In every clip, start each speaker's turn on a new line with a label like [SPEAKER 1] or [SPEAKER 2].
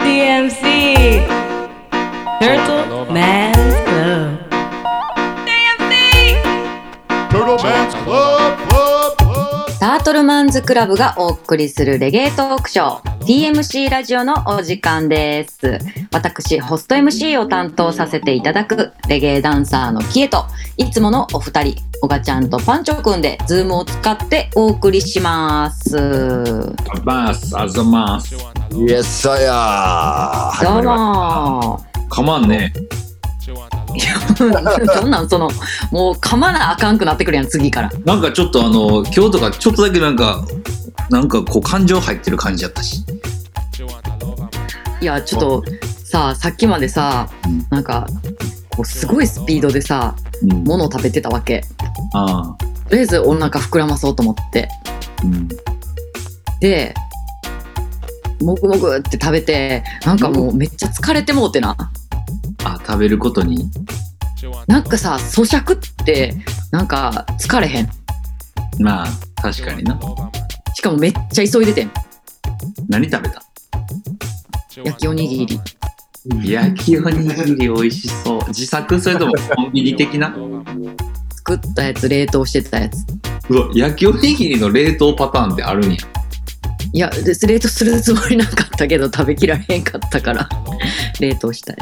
[SPEAKER 1] DMC Turtle Man's Club DMC
[SPEAKER 2] タートルマンズクラブがお送りするレゲエトークショー TMC ラジオのお時間です私ホスト MC を担当させていただくレゲエダンサーのキエといつものお二人オガちゃんとパンチョくんでズームを使ってお送りしますど
[SPEAKER 3] バース、アザマース。
[SPEAKER 4] イエスさやー
[SPEAKER 2] うも
[SPEAKER 3] かまんね。
[SPEAKER 2] どんなんそのもう噛まなあかんくなってくるやん次から
[SPEAKER 3] なんかちょっとあの、今日とかちょっとだけなんか、なんかこう感情入ってる感じやったし。
[SPEAKER 2] いやちょっとささっきまでさ
[SPEAKER 3] うん
[SPEAKER 2] なんかこうすごいスピードでさ
[SPEAKER 3] うん
[SPEAKER 2] 物を食べてたわけ
[SPEAKER 3] ああ。
[SPEAKER 2] とりあえずお腹膨らまそうと思って
[SPEAKER 3] うん。
[SPEAKER 2] でもぐもぐって食べてなんかもうめっちゃ疲れてもうてな
[SPEAKER 3] あ、食べることに。
[SPEAKER 2] なんかさ咀嚼ってなんか疲れへん
[SPEAKER 3] まあ、確かにな。
[SPEAKER 2] しかもめっちゃ急いでてん
[SPEAKER 3] 何食べた
[SPEAKER 2] 焼きおにぎり
[SPEAKER 3] 焼きおにぎり美味しそう。自作それともコンビニ的な
[SPEAKER 2] 作ったやつ冷凍してたやつ
[SPEAKER 3] うわ、焼きおにぎりの冷凍パターンってあるんや。
[SPEAKER 2] いやで冷凍するつもりなかったけど食べきられへんかったから冷凍したや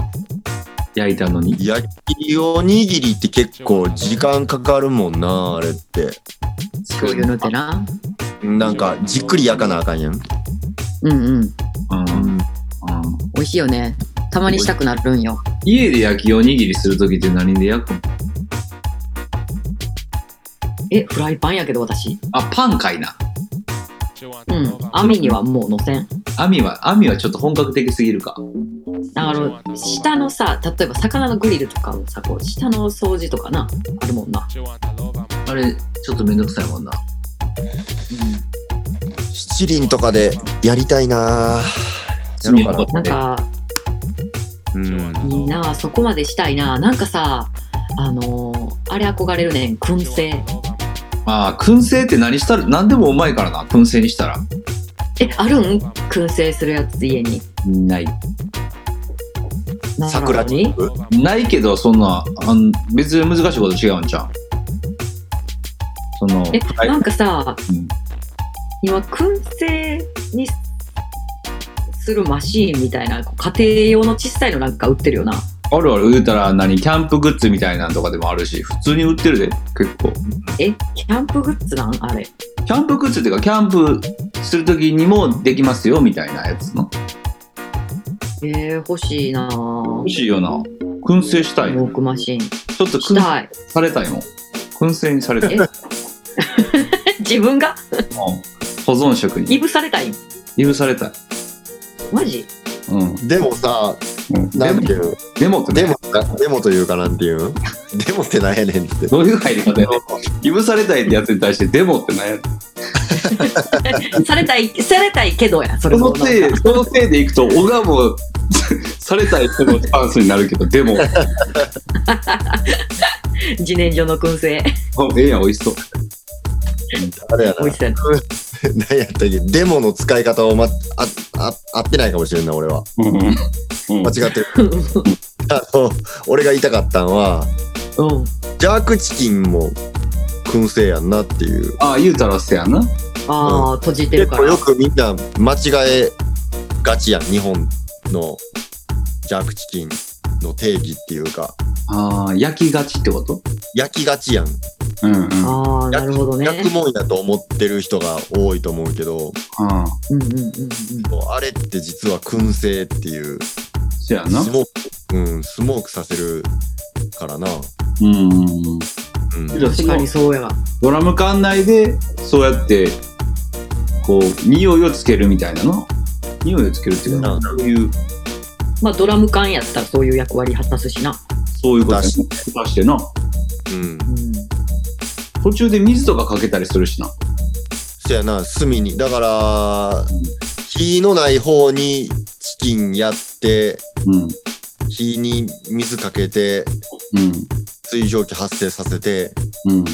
[SPEAKER 3] 焼いたのに。
[SPEAKER 4] 焼きおにぎりって結構時間かかるもんなあれって
[SPEAKER 2] つそういうのてな
[SPEAKER 4] なんかじっくり焼かなあかんやん、
[SPEAKER 2] うんうん
[SPEAKER 3] うん。うん。
[SPEAKER 2] 美味しいよねたまにしたくなるんよ
[SPEAKER 3] 家で焼きおにぎりするときって何で焼くの
[SPEAKER 2] えフライパンやけど私
[SPEAKER 3] あ、パンかいな。
[SPEAKER 2] うん網にはもうのせん
[SPEAKER 3] 網は、網はちょっと本格的すぎるか。
[SPEAKER 2] あの下のさ例えば魚のグリルとかもさこう下の掃除とかなあるもんな
[SPEAKER 3] あれ、ちょっとめんどくさいもんな。
[SPEAKER 4] 七輪とかでやりたいなあやろう
[SPEAKER 2] な
[SPEAKER 4] かな
[SPEAKER 2] んか
[SPEAKER 4] うん
[SPEAKER 2] いいなそこまでしたいななんかさあのーあれ憧れるねん燻製
[SPEAKER 3] まあ、燻製って何したら、何でもうまいからな、燻製にしたら。
[SPEAKER 2] えあるん燻製するやつ家に
[SPEAKER 3] ない。
[SPEAKER 2] な
[SPEAKER 4] 桜
[SPEAKER 2] のに
[SPEAKER 3] ないけど、そんな、あん別に難しいこと違うんじゃん。その、
[SPEAKER 2] え
[SPEAKER 3] フライ
[SPEAKER 2] なんかさ
[SPEAKER 3] うん
[SPEAKER 2] 今燻製にするマシーンみたいなこう家庭用の小さいのなんか売ってるよな
[SPEAKER 3] あるある言うたら何、キャンプグッズみたいなんとかでもあるし、普通に売ってるで、結構。
[SPEAKER 2] えキャンプグッズなんあれ
[SPEAKER 3] キャンプグッズっていうか、キャンプするときにもできますよ、みたいなやつの。
[SPEAKER 2] えー、欲しいな
[SPEAKER 3] 欲しいよな。燻製したい。ち
[SPEAKER 2] ウ
[SPEAKER 3] ょ
[SPEAKER 2] ォークマシーン
[SPEAKER 3] っと
[SPEAKER 2] し
[SPEAKER 3] 燻
[SPEAKER 2] たい。
[SPEAKER 3] 製されたいもん。燻製にされたい。
[SPEAKER 2] え
[SPEAKER 3] うん
[SPEAKER 2] 自分が
[SPEAKER 3] 保存食に。
[SPEAKER 2] ギブされたい。
[SPEAKER 3] いぶされたい。
[SPEAKER 2] マジ
[SPEAKER 3] うん。
[SPEAKER 4] でもさ
[SPEAKER 3] うん
[SPEAKER 4] なんていう
[SPEAKER 3] デモってね
[SPEAKER 4] でもでもというかなんていうんでもってなんやねんって
[SPEAKER 3] どういう入り方 やねんいぶされたいってやつに対してデモってなんやねん
[SPEAKER 2] されたい、されたいけどや、そ
[SPEAKER 3] そ
[SPEAKER 2] れも
[SPEAKER 3] の。せいそのせいでいくと小川も されたいってのチャンスになるけどデモ
[SPEAKER 2] 自然薯の燻製。
[SPEAKER 3] ええやん美味しそう
[SPEAKER 4] あれや
[SPEAKER 2] 美味しそうやな
[SPEAKER 4] な何やったっけデモの使い方を、ま、ああ合ってないかもしれんな俺は
[SPEAKER 3] うんうん
[SPEAKER 4] 間違 ってるあの俺が言いたかったんは
[SPEAKER 2] うん。
[SPEAKER 4] ジャークチキンも燻製やんなっていう
[SPEAKER 3] ああ言うたらせやな
[SPEAKER 2] ああ、閉じてる
[SPEAKER 4] 結
[SPEAKER 2] か
[SPEAKER 4] 構よ
[SPEAKER 2] ら。
[SPEAKER 4] くみんな間違えがちやん日本のジャークチキンの定義っていうか
[SPEAKER 3] ああ焼きがちってこと
[SPEAKER 4] 焼きがちやん
[SPEAKER 3] うんうんあ
[SPEAKER 2] ああ、なるほどね。
[SPEAKER 4] 焼くもんやと思ってる人が多いと思うけど
[SPEAKER 3] あ
[SPEAKER 2] うんうんうんうん。
[SPEAKER 4] あれって実は燻製っていうス
[SPEAKER 3] せやな
[SPEAKER 4] モーク、うん、スモークさせるからな、
[SPEAKER 3] うんうんうん
[SPEAKER 4] うん、
[SPEAKER 3] じゃあそ
[SPEAKER 2] 確か
[SPEAKER 3] の
[SPEAKER 2] にそうや。
[SPEAKER 3] ドラム缶内でそうやってこう匂いをつけるみたいなの匂いをつけるっていうか
[SPEAKER 4] うん
[SPEAKER 3] そういう
[SPEAKER 2] まあ、ドラム缶やったらそういう役割果たすしな。
[SPEAKER 3] そういうことやな
[SPEAKER 4] 出
[SPEAKER 3] 出してな
[SPEAKER 4] うん
[SPEAKER 2] うん。
[SPEAKER 3] 途中で水とかかけたりするしな
[SPEAKER 4] そやな炭にだから火のない方にチキンやって
[SPEAKER 3] うん
[SPEAKER 4] 火に水かけて
[SPEAKER 3] うん
[SPEAKER 4] 水蒸気発生させて
[SPEAKER 3] うん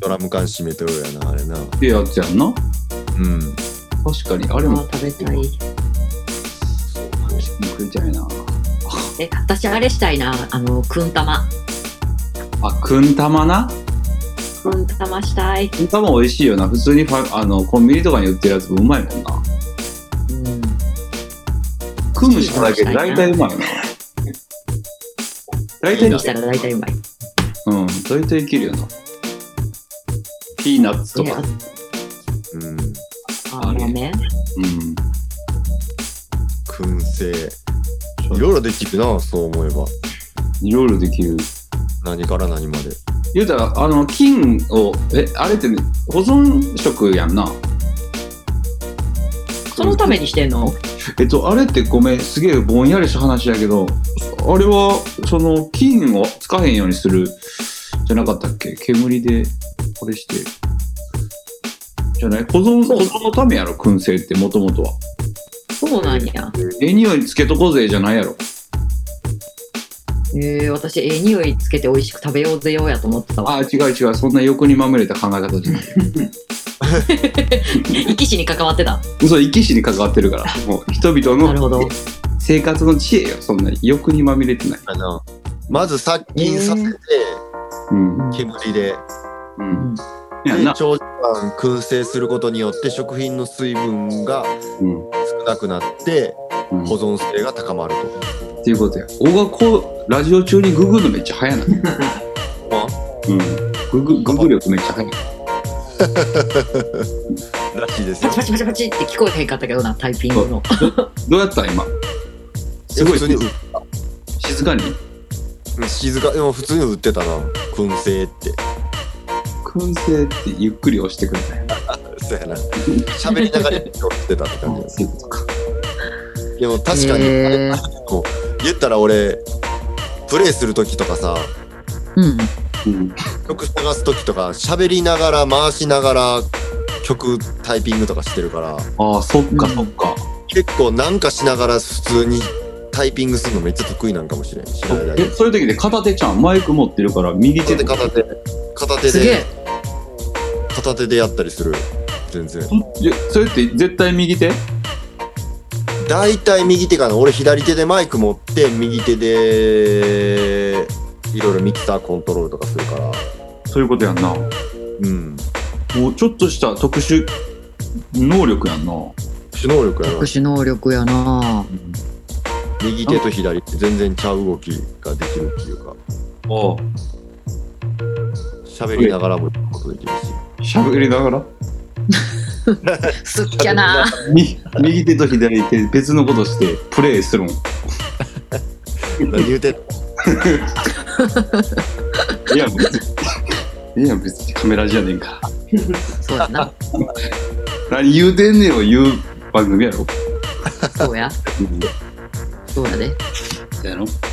[SPEAKER 4] ドラム缶閉めとるやなあれな
[SPEAKER 3] ってやつやんな
[SPEAKER 4] うん
[SPEAKER 3] 確かにあれ
[SPEAKER 2] あ
[SPEAKER 3] も
[SPEAKER 2] あ、食べたい。
[SPEAKER 4] そう
[SPEAKER 3] 食いたいな。
[SPEAKER 2] え、私あれしたいな、あの、くん玉。
[SPEAKER 3] あ、くん玉な
[SPEAKER 2] くん玉したい。
[SPEAKER 3] くん玉美味しいよな。普通にファあのコンビニとかに売ってるやつもうまいもんな。
[SPEAKER 2] うん。
[SPEAKER 3] くむしただけで大体うまいな。大体
[SPEAKER 2] にしたら大体うまい。
[SPEAKER 3] うん、大体いけるよな。ピーナッツと
[SPEAKER 2] ね
[SPEAKER 3] か。
[SPEAKER 4] うん。
[SPEAKER 2] あ
[SPEAKER 3] あ
[SPEAKER 2] あ
[SPEAKER 3] れ
[SPEAKER 2] のね。
[SPEAKER 3] うん。
[SPEAKER 4] 燻製。いろいろできるな、そう思えば。
[SPEAKER 3] いろいろできる。
[SPEAKER 4] 何から何まで。
[SPEAKER 3] 言うたら、あの、菌を、え、あれって、ね、保存食やんな。
[SPEAKER 2] そのためにしてんの
[SPEAKER 3] えっと、あれってごめん、すげえぼんやりした話やけど、あれは、その、菌をつかへんようにする、じゃなかったっけ煙で、これして。じゃない保存、保
[SPEAKER 2] そう
[SPEAKER 3] 存のためやろ、燻製って、もともとは。
[SPEAKER 2] そうなんや。
[SPEAKER 3] ええ匂いつけとこうぜ、じゃないやろ。
[SPEAKER 2] えー、私、ええ匂いつけて美味しく食べようぜようやと思って たわ。
[SPEAKER 3] ああ、違う違う、そんな横にまみれた考え方じゃない。
[SPEAKER 2] 生き死に関わってた。
[SPEAKER 3] そう、生き死に関わって るから、もう、人々
[SPEAKER 2] なるほど
[SPEAKER 3] の。生活の知恵よ、そんな、欲にまみれてない。
[SPEAKER 4] あのまず殺菌させて、
[SPEAKER 3] うん。う
[SPEAKER 4] 煙で。
[SPEAKER 3] ん。やんな。
[SPEAKER 4] 長時間燻製することによって食品の水分が
[SPEAKER 3] うん。
[SPEAKER 4] 少なくなって
[SPEAKER 3] うん
[SPEAKER 4] 保存性が高まると。
[SPEAKER 3] っていうことや。俺がこう、ラジオ中にググるのめっちゃ早いな。うん。
[SPEAKER 4] ま
[SPEAKER 3] ググ、ググ力めっちゃ早い。
[SPEAKER 4] あ、らしいです
[SPEAKER 2] パ チ。パ
[SPEAKER 4] よ
[SPEAKER 2] チパチパチって聞こえへんかったけどな、タイピングの。
[SPEAKER 3] どうやった今。すごい
[SPEAKER 4] 普通に
[SPEAKER 3] 静かに。
[SPEAKER 4] うん静かでも普通に売ってたな燻製って
[SPEAKER 3] 燻製ってゆっくり押してください。
[SPEAKER 4] そうやな喋りながら売ってたって感じ
[SPEAKER 3] そういうことか。
[SPEAKER 4] でも確かに、
[SPEAKER 2] へー
[SPEAKER 4] 言ったら俺プレイする時とかさ
[SPEAKER 2] うん。
[SPEAKER 3] うん。
[SPEAKER 4] 曲探す時とか喋りながら回しながら曲タイピングとかしてるから
[SPEAKER 3] ああ、そっか
[SPEAKER 2] うん
[SPEAKER 3] そっか。
[SPEAKER 4] 結構なんかしながら普通にタイピングするのめっちゃ得意なんかもしれん知らないだけ
[SPEAKER 3] え、そういう時で片手ちゃん、マイク持ってるから、右手
[SPEAKER 4] 片手
[SPEAKER 3] で。
[SPEAKER 4] 片手片手
[SPEAKER 2] すげ
[SPEAKER 4] で
[SPEAKER 2] え。
[SPEAKER 4] 片手でやったりする全然
[SPEAKER 3] えそれって絶対右手
[SPEAKER 4] 大体右手かな俺左手でマイク持って右手でいろいろミキサーコントロールとかするから
[SPEAKER 3] そういうことやんな。
[SPEAKER 4] うん
[SPEAKER 3] もうちょっとした特殊能力やんな。
[SPEAKER 4] 主能力やな
[SPEAKER 2] 特殊能力やな
[SPEAKER 4] 右手と左手全然ちゃう動きができるっていうか
[SPEAKER 3] あ
[SPEAKER 4] 喋りながらもことできるし
[SPEAKER 3] あ、しゃべりながら
[SPEAKER 2] すっきゃな
[SPEAKER 3] み 右手と左手別のことしてプレイするもん。
[SPEAKER 4] 何言うてんの
[SPEAKER 3] いや、別に。いや、別にカメラじゃねえか。
[SPEAKER 2] そうやな。
[SPEAKER 3] 何言うてんねんを言う番組やろ。
[SPEAKER 2] そうや。そうやで。
[SPEAKER 3] やろ
[SPEAKER 4] そうか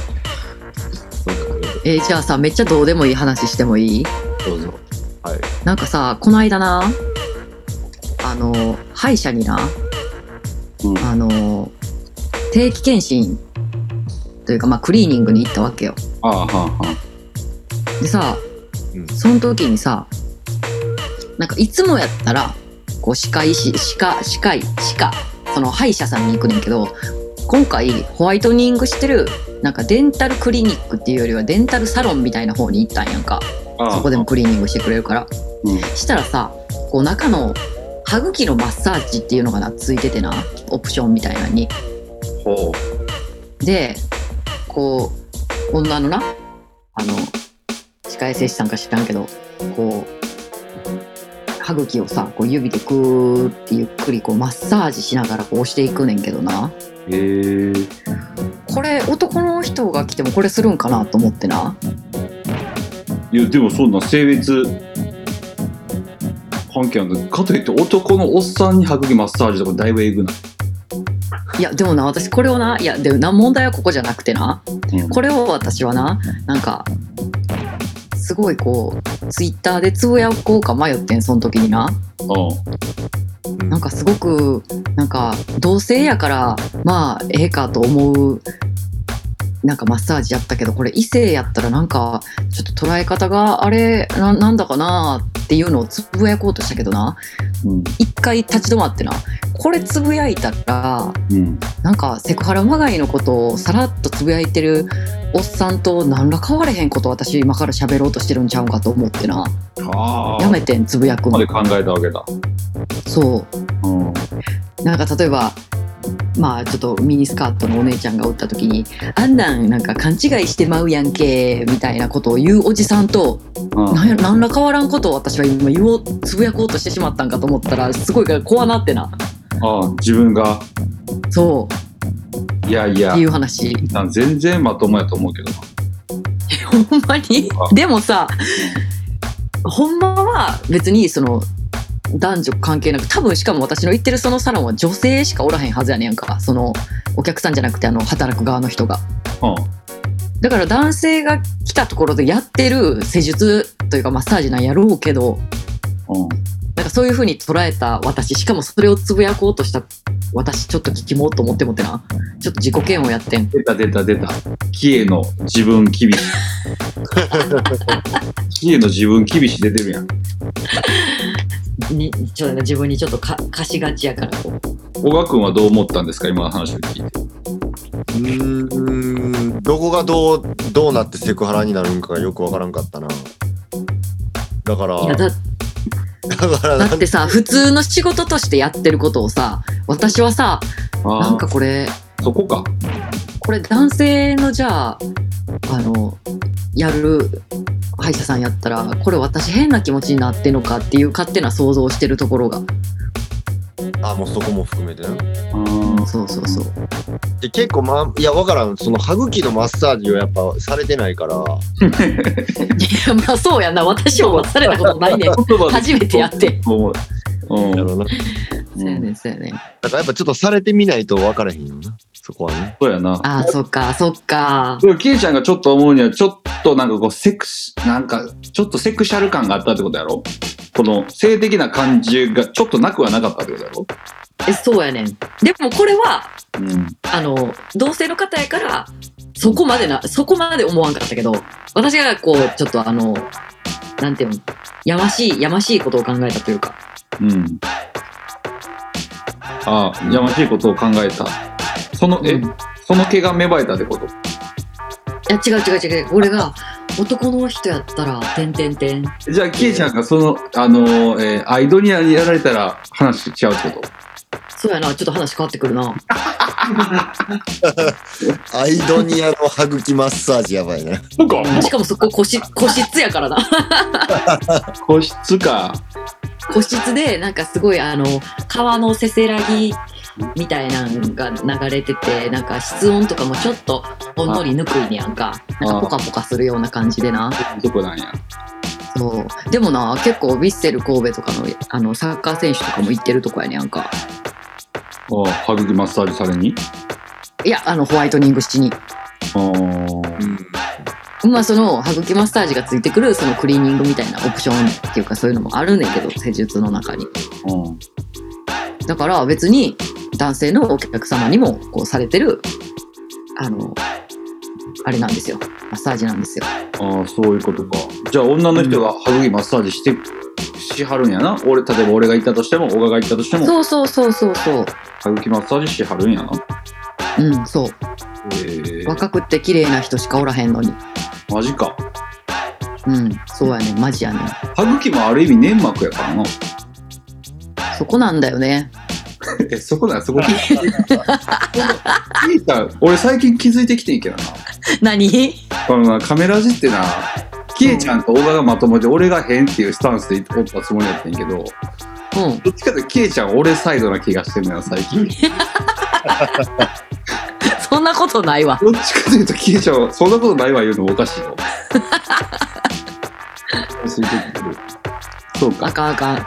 [SPEAKER 2] えーじゃあさ、めっちゃどうでもいい話してもいい
[SPEAKER 4] どうぞはい
[SPEAKER 2] なんかさ、こないだな、あの、歯医者にな、
[SPEAKER 3] うん
[SPEAKER 2] あの、定期検診というか、まあ、クリーニングに行ったわけよ。
[SPEAKER 3] ああ、はあ、は
[SPEAKER 2] でさ、
[SPEAKER 4] うん
[SPEAKER 2] その時にさ、なんかいつもやったら、こう、歯科医師、歯科、歯科医、歯科、その歯医者さんに行くねんけど、今回ホワイトニングしてる、なんかデンタルクリニックっていうよりはデンタルサロンみたいな方に行ったんやんか。
[SPEAKER 3] あ。ああ
[SPEAKER 2] そこでも。クリーニングしてくれるから。
[SPEAKER 3] うん
[SPEAKER 2] したらさこう中の歯茎のマッサージっていうのがなついててなオプションみたいなのに
[SPEAKER 3] ほ
[SPEAKER 2] でこう女のなあの歯科衛生士さんか知らんけどこう歯茎をさこう指でグーってゆっくりこうマッサージしながらこう押していくねんけどな
[SPEAKER 3] う。へえ。
[SPEAKER 2] これ男の人が来てもこれするんかなと思ってない
[SPEAKER 3] や、でもそんな性別関係あるんだ。かといって男のおっさんに歯茎マッサージとかだいぶえぐない。
[SPEAKER 2] いやでもな私これをないやでもな問題はここじゃなくてなこれを私はななんかすごいこうツイッターでつぶやこうか迷ってんその時にな
[SPEAKER 3] あ
[SPEAKER 4] うん
[SPEAKER 2] なんかすごくなんか同性やからまあええかと思うなんかマッサージやったけどこれ異性やったらなんかちょっと捉え方があれななんだかなっていうのをつぶやこうとしたけどな
[SPEAKER 3] うん
[SPEAKER 2] 一回立ち止まってなこれつぶやいたら
[SPEAKER 3] うん
[SPEAKER 2] なんかセクハラまがいのことをさらっとつぶやいてるおっさんと何ら変われへんこと私今から喋ろうとしてるんちゃうんかと思ってな
[SPEAKER 3] ああ
[SPEAKER 2] やめてんつぶやく
[SPEAKER 3] ここま
[SPEAKER 2] ん
[SPEAKER 3] で考えたわけだ
[SPEAKER 2] そう
[SPEAKER 3] うん
[SPEAKER 2] なんか例えばまあちょっとミニスカートのお姉ちゃんがおった時にあんなんなんか勘違いしてまうやんけみたいなことを言うおじさんと
[SPEAKER 3] うん
[SPEAKER 2] なんや何ら変わらんことを私は今言おうつぶやこうとしてしまったんかと思ったらすごいから怖なってな
[SPEAKER 3] ああ自分が
[SPEAKER 2] そう
[SPEAKER 3] いやいや
[SPEAKER 2] っていう話
[SPEAKER 3] なん全然まともやと思うけど
[SPEAKER 2] ほんまに
[SPEAKER 3] あ
[SPEAKER 2] でもさほんまは別にその男女関係なく多分しかも私の行ってるそのサロンは女性しかおらへんはずやねんかそのお客さんじゃなくてあの働く側の人が。
[SPEAKER 3] な
[SPEAKER 2] だから男性が来たところでやってる施術というかマッサージなんやろうけど
[SPEAKER 3] うんうん
[SPEAKER 2] なんかそういう風に捉えた私しかもそれをつぶやこうとした私ちょっと聞きもうと思ってもってなちょっと自己嫌悪やってん
[SPEAKER 3] 出た出た出たキエの自分 厳しキエの自分厳し出てるやん
[SPEAKER 2] にちょっとね自分にちょっとか貸しがちやからこう
[SPEAKER 3] 小川君はどう思ったんですか今の話を聞いて
[SPEAKER 4] うんどこがどうどうなってセクハラになるんかがよくわからんかったなだから
[SPEAKER 2] いやだ
[SPEAKER 4] だから
[SPEAKER 2] だってさ普通の仕事としてやってることをさ私はさ
[SPEAKER 3] あ
[SPEAKER 2] なんかこれ
[SPEAKER 3] そこか
[SPEAKER 2] これ男性のじゃああのやる歯医者さんやったらこれ私変な気持ちになってんのかっていう勝手な想像をしてるところが
[SPEAKER 4] あもうそこも含めてな
[SPEAKER 3] うん
[SPEAKER 2] そうそうそう
[SPEAKER 4] で結構まあいやわからんその歯茎のマッサージをやっぱされてないから
[SPEAKER 2] いやまあそうやな私もされたことないね初めてやって
[SPEAKER 3] 思ううん
[SPEAKER 4] やろな
[SPEAKER 2] そうやねん そうやねん
[SPEAKER 4] だからやっぱちょっとされてみないと分からへんよなそこはね
[SPEAKER 3] そうやな
[SPEAKER 2] ああそっかそっか
[SPEAKER 3] でもキエちゃんがちょっと思うにはちょっとなんかこうセクシなんかちょっとセクシャル感があったってことやろこの性的な感じがちょっとなくはなかったってことやろ
[SPEAKER 2] えそうやねんでもこれは
[SPEAKER 3] うん
[SPEAKER 2] あの同性の方やからそこまでなそこまで思わんかったけど私がこうちょっとあのなんていうのやましいやましいことを考えたというか
[SPEAKER 3] うん。ああ、やましいことを考えた。その、え、
[SPEAKER 2] うん
[SPEAKER 3] その毛が芽生えたってこと
[SPEAKER 2] いや違う違う違う俺が男の人やったら「てんてんてん」
[SPEAKER 3] じゃあ、キエちゃんがその、あのー、えーアイドニアにやられたら話しちゃうってこ
[SPEAKER 2] そうやなちょっと話変わってくるな
[SPEAKER 4] アイドニアの歯茎マッサージやばい ね
[SPEAKER 3] とそうか
[SPEAKER 2] しかもそこ個室個室やからな
[SPEAKER 3] 個室か。
[SPEAKER 2] 個室でなんかすごいあの川のせせらぎみたいなんが流れててなんか室温とかもちょっとほんのりぬくいねやんかなんかポカポカするような感じでな
[SPEAKER 3] そこなんや。
[SPEAKER 2] そうでもな結構ヴィッセル神戸とかのあのサッカー選手とかも行ってるとこやねやんか
[SPEAKER 3] ああ、歯茎マッサージされに。
[SPEAKER 2] いやあのホワイトニングしに
[SPEAKER 3] ああ。
[SPEAKER 2] まあその歯茎マッサージがついてくるそのクリーニングみたいなオプションっていうかそういうのもあるねんけど施術の中に
[SPEAKER 3] うん。
[SPEAKER 2] だから別に男性のお客様にもこうされてるあのあれなんですよマッサージなんですよ
[SPEAKER 3] ああ、そういうことか。じゃあ、女の人が歯茎マッサージして、しはるんやな。俺、例えば俺が行ったとしても、小川が行ったとしても、
[SPEAKER 2] そうそうそうそうそう
[SPEAKER 3] 歯茎マッサージしはるんやな。
[SPEAKER 2] うんそう
[SPEAKER 3] ええ
[SPEAKER 2] 若くて綺麗な人しかおらへんのに
[SPEAKER 3] マジか。
[SPEAKER 2] うんそうやねんマジやねん
[SPEAKER 3] 歯茎もある意味粘膜やからな。
[SPEAKER 2] そこなんだよね
[SPEAKER 3] え、 そこだよ、そ こ。いいか俺最近気づいてきてんけどな。
[SPEAKER 2] 何
[SPEAKER 3] このなカメラ字ってな、キエちゃんと小川がまともで俺が変っていうスタンスでおったつもりやってんけど、
[SPEAKER 2] うん
[SPEAKER 3] どっちかというとキエちゃん俺サイドな気がしてんのよ、最近。
[SPEAKER 2] そんなことないわ
[SPEAKER 3] どっちかというとキエちゃんは、そんなことないわ言うのもおかしい よ。ついてくるそう
[SPEAKER 2] あ
[SPEAKER 3] か。
[SPEAKER 2] かんあかん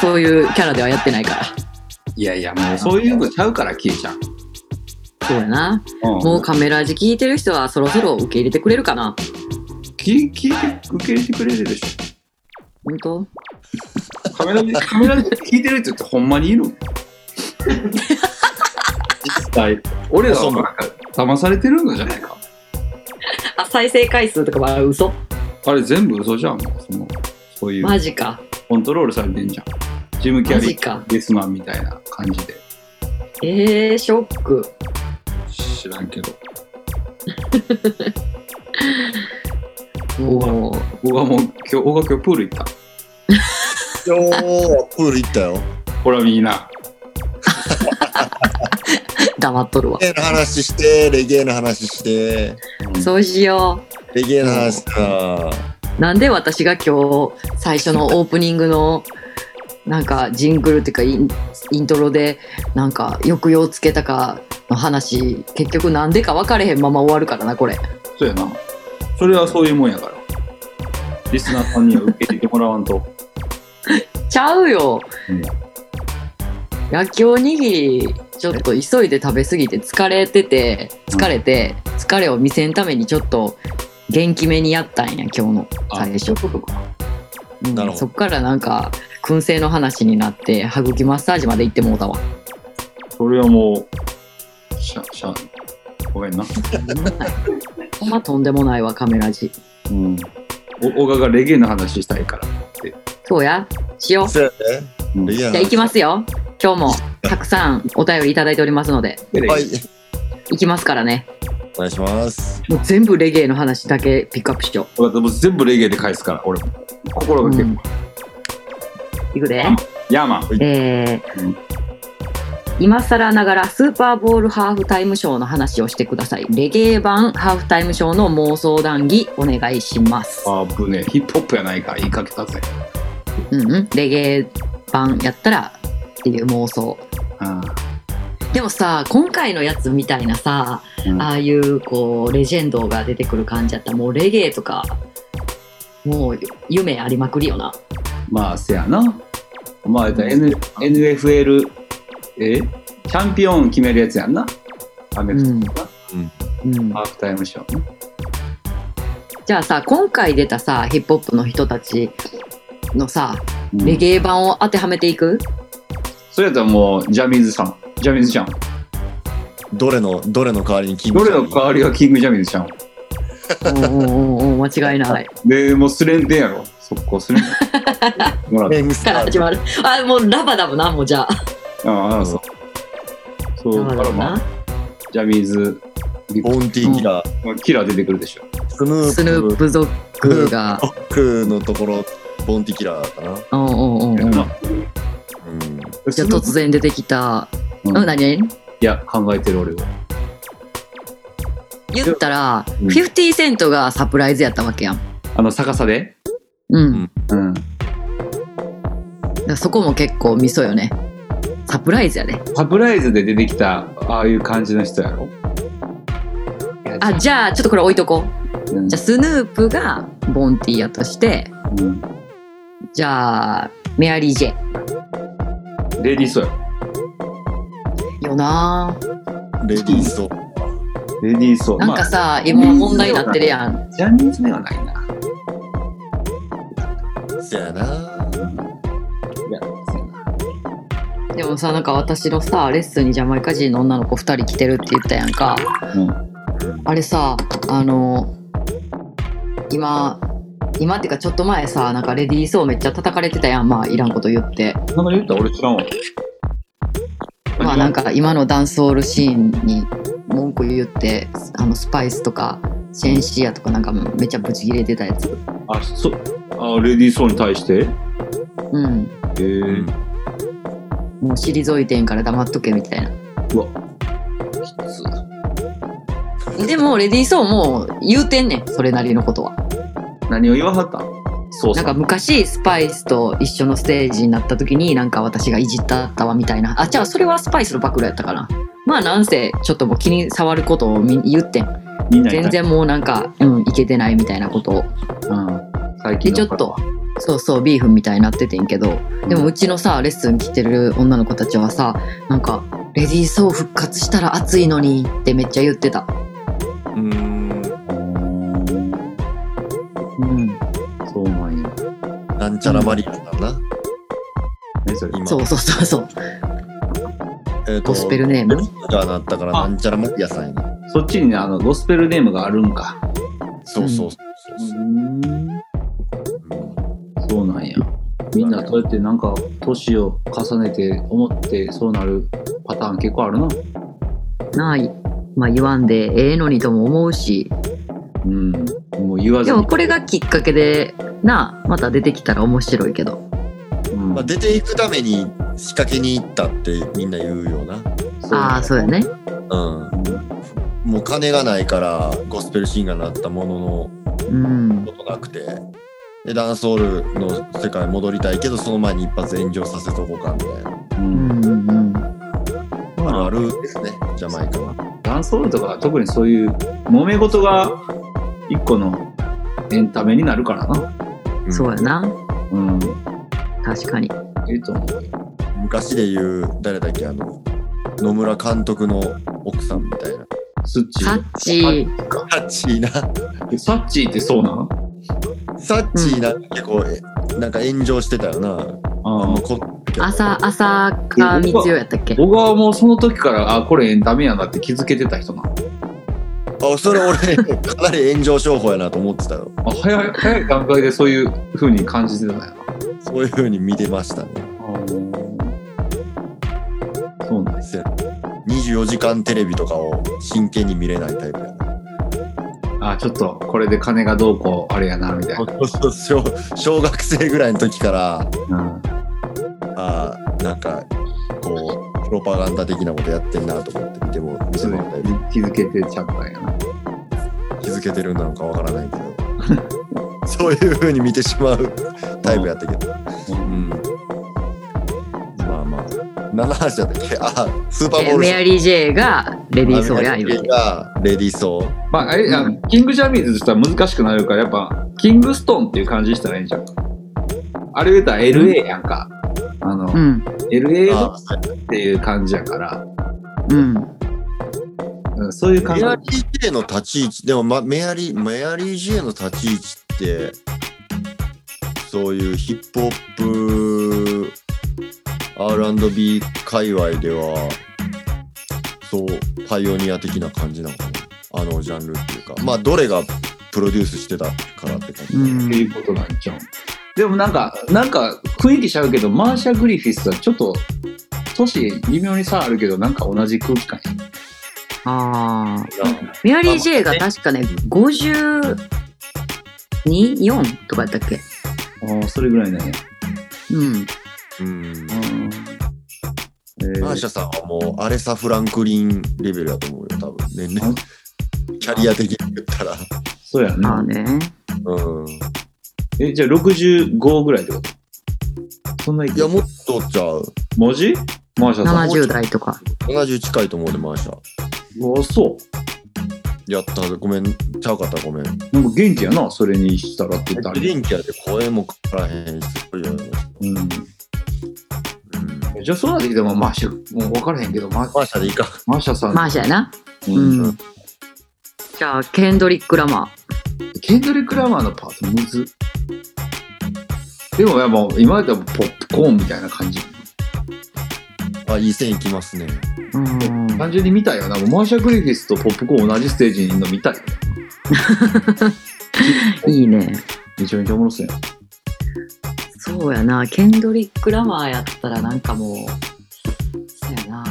[SPEAKER 2] そういうキャラではやってないから
[SPEAKER 3] いやいや、もうそういうのちゃうから、キエちゃん。
[SPEAKER 2] そうやな
[SPEAKER 3] うん
[SPEAKER 2] もうカメラ味聞いてる人はそろそろ受け入れてくれるかな
[SPEAKER 3] き聞いて、受け入れてくれるでしょ。
[SPEAKER 2] 本当
[SPEAKER 3] カメラで、カメラで聞いてる人ってほんまにいる の実際。俺らはなんか騙されてるんじゃないか。
[SPEAKER 2] あ再生回数とかは嘘
[SPEAKER 3] あれ全部嘘じゃん。その、そういう。
[SPEAKER 2] マジか
[SPEAKER 3] コントロールされてんじゃん。ジム・キャ
[SPEAKER 2] マ
[SPEAKER 3] リ
[SPEAKER 2] ジか
[SPEAKER 3] ー、デスマンみたいな感じで。
[SPEAKER 2] えー、ショック。
[SPEAKER 3] 知らんけど。
[SPEAKER 2] もう
[SPEAKER 3] 僕はもう今日、僕は今日プール行った。
[SPEAKER 4] 今日はプール行ったよ。
[SPEAKER 3] ほらみんな。
[SPEAKER 2] 黙っとるわ。
[SPEAKER 4] レゲエの話して、レゲエの話して、
[SPEAKER 2] そうしよ
[SPEAKER 4] レゲエの話したら、
[SPEAKER 2] う。なんで私が今日最初のオープニングのなんかジングルっていうかインイントロでなんか抑揚つけたかの話結局なんでか分かれへんまま終わるからなこれ。
[SPEAKER 3] そうやな。それはそういうもんやから。リスナーさんには受け入れてもらわんと。
[SPEAKER 2] ちゃうよ。
[SPEAKER 3] うん
[SPEAKER 2] 焼きおにぎりちょっと急いで食べ過ぎて疲れてて疲れて疲れを見せんためにちょっと元気めにやったんや今日の最初。うん
[SPEAKER 4] なるほど
[SPEAKER 2] そっからなんか燻製の話になって歯茎マッサージまで行ってもうた わ。
[SPEAKER 3] それはもう、しゃ、しゃ、ごめんな。
[SPEAKER 2] ほんまとんでもないわカメラジ。
[SPEAKER 3] うん。お、小川がレゲエの話したいから。
[SPEAKER 2] そうやしよう。じ
[SPEAKER 4] そうやね
[SPEAKER 3] うん
[SPEAKER 4] レゲエの
[SPEAKER 2] ゃあ
[SPEAKER 4] 話
[SPEAKER 2] 行きますよ。今日もたくさんお便りいただいておりますので
[SPEAKER 4] はい。
[SPEAKER 2] 行きますからね。
[SPEAKER 4] お願いします。
[SPEAKER 2] もう全部レゲエの話だけピックアップしよう。
[SPEAKER 3] わかったもう全部レゲエで返すから、俺も。心が結構。
[SPEAKER 2] いくで。
[SPEAKER 3] ヤーマン。
[SPEAKER 2] えー
[SPEAKER 3] うん
[SPEAKER 2] 今更ながらスーパーボールハーフタイムショーの話をしてください。レゲエ版ハーフタイムショーの妄想談義お願いします。
[SPEAKER 3] あぶねえヒップホップやないか言いかけたぜ。
[SPEAKER 2] うんうん、レゲエ版やったらっていう妄想。
[SPEAKER 3] あ
[SPEAKER 2] でもさ、今回のやつみたいなさ、
[SPEAKER 3] うん
[SPEAKER 2] ああいうこうレジェンドが出てくる感じやったら、もうレゲエとか、もう夢ありまくりよな。
[SPEAKER 3] まあ、せやな。まあ、えっと N- NFL、えチャンピオン決めるやつやんな。アメ
[SPEAKER 2] う
[SPEAKER 3] フト
[SPEAKER 2] ん。うん、
[SPEAKER 3] ハーフタイムショーね。
[SPEAKER 2] じゃあさ、今回出たさ、ヒップホップの人たちのさ、
[SPEAKER 3] うん
[SPEAKER 2] レゲエ版を当てはめていく
[SPEAKER 3] それやったらもう、ジャミーズさん。ジャミーズちゃん。
[SPEAKER 4] どれの、どれの代わりに聞い
[SPEAKER 3] どれの代わりがキングジャミーズちゃん。
[SPEAKER 2] おうおうおうおう間違いない。
[SPEAKER 3] で、もうスレンテンやろ。速攻スレンテ ン。も らって。
[SPEAKER 4] り
[SPEAKER 2] から始まる。あ、もうラバだもんな、もうじゃあ。
[SPEAKER 3] ああ、そう。そう、だ
[SPEAKER 2] ラ
[SPEAKER 3] か
[SPEAKER 2] バ
[SPEAKER 3] ら
[SPEAKER 2] だもん
[SPEAKER 3] ま
[SPEAKER 2] な
[SPEAKER 3] あ、。ジャミーズ、ビッ
[SPEAKER 4] ボンティーキラー、
[SPEAKER 3] グキラー出てくるでしょ。
[SPEAKER 4] スヌープ、
[SPEAKER 2] スヌープ族が。
[SPEAKER 4] ロックのところ、ボンティーキラーかな。
[SPEAKER 2] うんうんうんうん。
[SPEAKER 3] まあ
[SPEAKER 4] うん。
[SPEAKER 2] じゃあ突然出てきた。
[SPEAKER 3] う
[SPEAKER 2] うんん、何
[SPEAKER 3] いや、考えてる俺は。
[SPEAKER 2] 言ったら、
[SPEAKER 3] うん
[SPEAKER 2] 50セントがサプライズやったわけやん。
[SPEAKER 3] あの、逆さで
[SPEAKER 2] うん。
[SPEAKER 3] うん。
[SPEAKER 2] だからそこも結構ミソよね。サプライズやで。
[SPEAKER 3] サプライズで出てきたああいう感じの人やろ
[SPEAKER 2] あ、じゃあちょっとこれ置いとこう。
[SPEAKER 3] うん
[SPEAKER 2] じゃあスヌープがボンティやとして、
[SPEAKER 3] うん
[SPEAKER 2] じゃあメアリー・ジェ。
[SPEAKER 3] レディースやろ
[SPEAKER 2] よなぁ
[SPEAKER 4] レディースと、
[SPEAKER 3] レディースを
[SPEAKER 2] なんか
[SPEAKER 3] ま
[SPEAKER 2] さ、今問題になってるやん。
[SPEAKER 3] あ、ジャニーズではないな
[SPEAKER 4] せやな。
[SPEAKER 3] いやそうやな
[SPEAKER 2] でもさなんか私のさレッスンにジャマイカ人の女の子2人来てるって言ったやんか、あれさあの今今っていうかちょっと前さなんかレディー・ソーめっちゃ叩かれてたやんまあいらんこと言って
[SPEAKER 3] 名前言った俺知らんわ
[SPEAKER 2] まあなんか今のダンスホールシーンに文句言ってあのスパイスとかシェンシアとかなんかめっちゃブチ切れてたやつ
[SPEAKER 3] あそあレディースに対してへ
[SPEAKER 2] うん
[SPEAKER 3] え
[SPEAKER 4] うん
[SPEAKER 2] もう退いてんから黙っとけみたいな
[SPEAKER 3] うわきつ
[SPEAKER 2] でもレディー・ソーも言うてんねんそれなりのことは
[SPEAKER 3] 何を言わはったそう
[SPEAKER 2] なん
[SPEAKER 3] さ
[SPEAKER 2] か
[SPEAKER 3] ん
[SPEAKER 2] 昔スパイスと一緒のステージになった時になんか私がいじったったわみたいなあじゃあそれはスパイスの暴露やったかなまあなんせちょっともう気に障ることをみ言ってん
[SPEAKER 3] みんなに
[SPEAKER 2] 全然もうなんかうんいけてないみたいなことを
[SPEAKER 3] うん最
[SPEAKER 2] で
[SPEAKER 3] 近
[SPEAKER 2] ちょ
[SPEAKER 3] の
[SPEAKER 2] っとそうそうビーフンみたいになっててんけどでもうちのさレッスン来てる女の子たちはさなんか「レディー・ソー復活したら熱いのに」ってめっちゃ言ってた
[SPEAKER 4] うん。
[SPEAKER 2] うん
[SPEAKER 3] そうなんや
[SPEAKER 4] なんちゃらマリアさんな。
[SPEAKER 3] ねそれ
[SPEAKER 4] 今
[SPEAKER 2] そうそうそうそう
[SPEAKER 4] えっと
[SPEAKER 2] ゴスペルネーム
[SPEAKER 4] がなったから
[SPEAKER 3] あ
[SPEAKER 4] なんちゃらマリアさんやね
[SPEAKER 3] そっちにねあのゴスペルネームがあるんか
[SPEAKER 4] そうそう
[SPEAKER 2] うん
[SPEAKER 4] そ
[SPEAKER 3] う
[SPEAKER 4] う
[SPEAKER 3] ん
[SPEAKER 4] そう
[SPEAKER 3] そうなんやみんなそうやってなんか年を重ねて思ってそうなるパターン結構あるな
[SPEAKER 2] ない。まあ言わんでええのにとも思うし。
[SPEAKER 3] うんもう言わず
[SPEAKER 2] で
[SPEAKER 3] に
[SPEAKER 2] もこれがきっかけで、なあ、また出てきたら面白いけど。
[SPEAKER 3] うん
[SPEAKER 4] まあ、出ていくために仕掛けに行ったってみんな言うよな。
[SPEAKER 3] そう
[SPEAKER 2] ああ、そうやね。
[SPEAKER 4] うん。もう金がないからゴスペルシンガーになったものの、
[SPEAKER 2] うん。
[SPEAKER 4] ことなくて。で、ダンスホールの世界に戻りたいけど、その前に一発炎上させとこうかみたいな。
[SPEAKER 2] う
[SPEAKER 3] う
[SPEAKER 2] んんうんうん。
[SPEAKER 4] あるあるですね、ジャマイカは。
[SPEAKER 3] ダンスホールとかは特にそういう揉め事が一個のエンタメになるからな。
[SPEAKER 4] ん
[SPEAKER 2] そうやな。
[SPEAKER 3] うん。
[SPEAKER 2] 確かに。
[SPEAKER 3] ええと思うよ。
[SPEAKER 4] 昔で言う、誰だっけ、あの、野村監督の奥さんみたいな。
[SPEAKER 3] スッチー。
[SPEAKER 2] サッチー。
[SPEAKER 4] サッチーな。
[SPEAKER 3] えサッチーってそうなの
[SPEAKER 4] サッチーな、結構、えなんか炎上してたよな。あ
[SPEAKER 3] あ
[SPEAKER 4] も
[SPEAKER 3] あ
[SPEAKER 4] うこ
[SPEAKER 2] 朝、朝か光代やったっけ
[SPEAKER 3] 僕はもうその時から、あ、これエンタメやなって気づけてた人なの。
[SPEAKER 4] あそれ俺かなり炎上商法やなと思ってたよ
[SPEAKER 3] あ早い、早い段階でそういう風に感じてたんやな。
[SPEAKER 4] そういうふうに見てましたね
[SPEAKER 3] そうなんです。
[SPEAKER 4] せや24時間テレビとかを真剣に見れないタイプ や
[SPEAKER 3] あ、ちょっとこれで金がどうこうあれやな、みたいな。
[SPEAKER 4] 小小学生ぐらいの時から
[SPEAKER 3] うん
[SPEAKER 4] あーなんかこうプロパガンダ的なことやってんなと思って見ても見て
[SPEAKER 3] そう
[SPEAKER 4] も
[SPEAKER 3] ね
[SPEAKER 4] らったり
[SPEAKER 3] 気づけてちゃったんやな。
[SPEAKER 4] 気づけてるんなのかわからないけど そういうふうに見てしまうタイプやったけどうんまあまあ7話だったっけあスーパー
[SPEAKER 2] え
[SPEAKER 4] ボール
[SPEAKER 2] メアリー・ジェイがレディー・ソーや、言うて。
[SPEAKER 4] がレディーソー
[SPEAKER 3] まあ、あれ、あキングジャミーズとしたら難しくなるから、やっぱ、キングストーンっていう感じにしたらいいんじゃん。あれ言うたら LA やんか。あの、
[SPEAKER 2] うん。
[SPEAKER 3] LA
[SPEAKER 4] あ
[SPEAKER 3] っていう感じやから、
[SPEAKER 2] うん。
[SPEAKER 3] うんそういう感
[SPEAKER 4] メ
[SPEAKER 3] じ。
[SPEAKER 4] アリー・ジェイの立ち位置、でも、ま、メアリー、メアリー・ジェイの立ち位置って、そういうヒップホップ、R&B 界隈では、そう、パイオニア的な感じなのかな。あのジャンルっていうか。まあ、どれがプロデュースしてたからって感じ。
[SPEAKER 2] うん
[SPEAKER 3] っていうことなんじゃん。でもなんか、なんか雰囲気ちゃうけど、マーシャ・グリフィスはちょっと、年微妙に差あるけど、なんか同じ空気感や
[SPEAKER 2] ああ。メアリー・ジェイが確かね、52、4とかやったっけ
[SPEAKER 3] ああ、それぐらいだね。
[SPEAKER 2] うん。
[SPEAKER 4] う
[SPEAKER 3] う
[SPEAKER 4] ん。
[SPEAKER 3] ん。えー
[SPEAKER 4] マーシャさんはもう、アレサ・フランクリンレベルだと思うよ、多分。年齢
[SPEAKER 3] あ。
[SPEAKER 4] キャリア的に言ったら。
[SPEAKER 3] そうや
[SPEAKER 2] まあ
[SPEAKER 3] な。
[SPEAKER 2] ね。
[SPEAKER 4] うん。
[SPEAKER 3] え、じゃあ65ぐらいってことそんない
[SPEAKER 4] いや、もっとちゃう。
[SPEAKER 3] 文字マーシャさん。
[SPEAKER 2] 70代とか。
[SPEAKER 4] 70近いと思うで、マーシャ。
[SPEAKER 3] あそ
[SPEAKER 4] やった、ごめん、ちゃうかった、ごめん。
[SPEAKER 3] う。なんか元気やな、それにしたらって言ったら。
[SPEAKER 4] 元気やで、声もからへんし、すごいよね。
[SPEAKER 3] うん。
[SPEAKER 4] うん。
[SPEAKER 3] じゃあそうなってきても、マーシャ、もう分からへんけど、マ
[SPEAKER 4] マーシャでいいか。
[SPEAKER 3] マーシャさん。
[SPEAKER 2] マーシャやな。
[SPEAKER 3] う
[SPEAKER 2] うんん。じゃあ、ケンドリック・ラマ
[SPEAKER 3] ケンドリック・ラマーのパートむずでもいやもう今まではポップコーンみたいな感じ
[SPEAKER 4] あ、いい線いきますね。
[SPEAKER 2] ー。うん。
[SPEAKER 3] 単純に見たいよなもうマーシャ・グリフィスとポップコーン同じステージにいるの見たい
[SPEAKER 2] いいね。
[SPEAKER 3] めちゃめちゃおもろそうやん
[SPEAKER 2] そうやな。ケンドリック・ラマーやったらなんかもう、そうやな。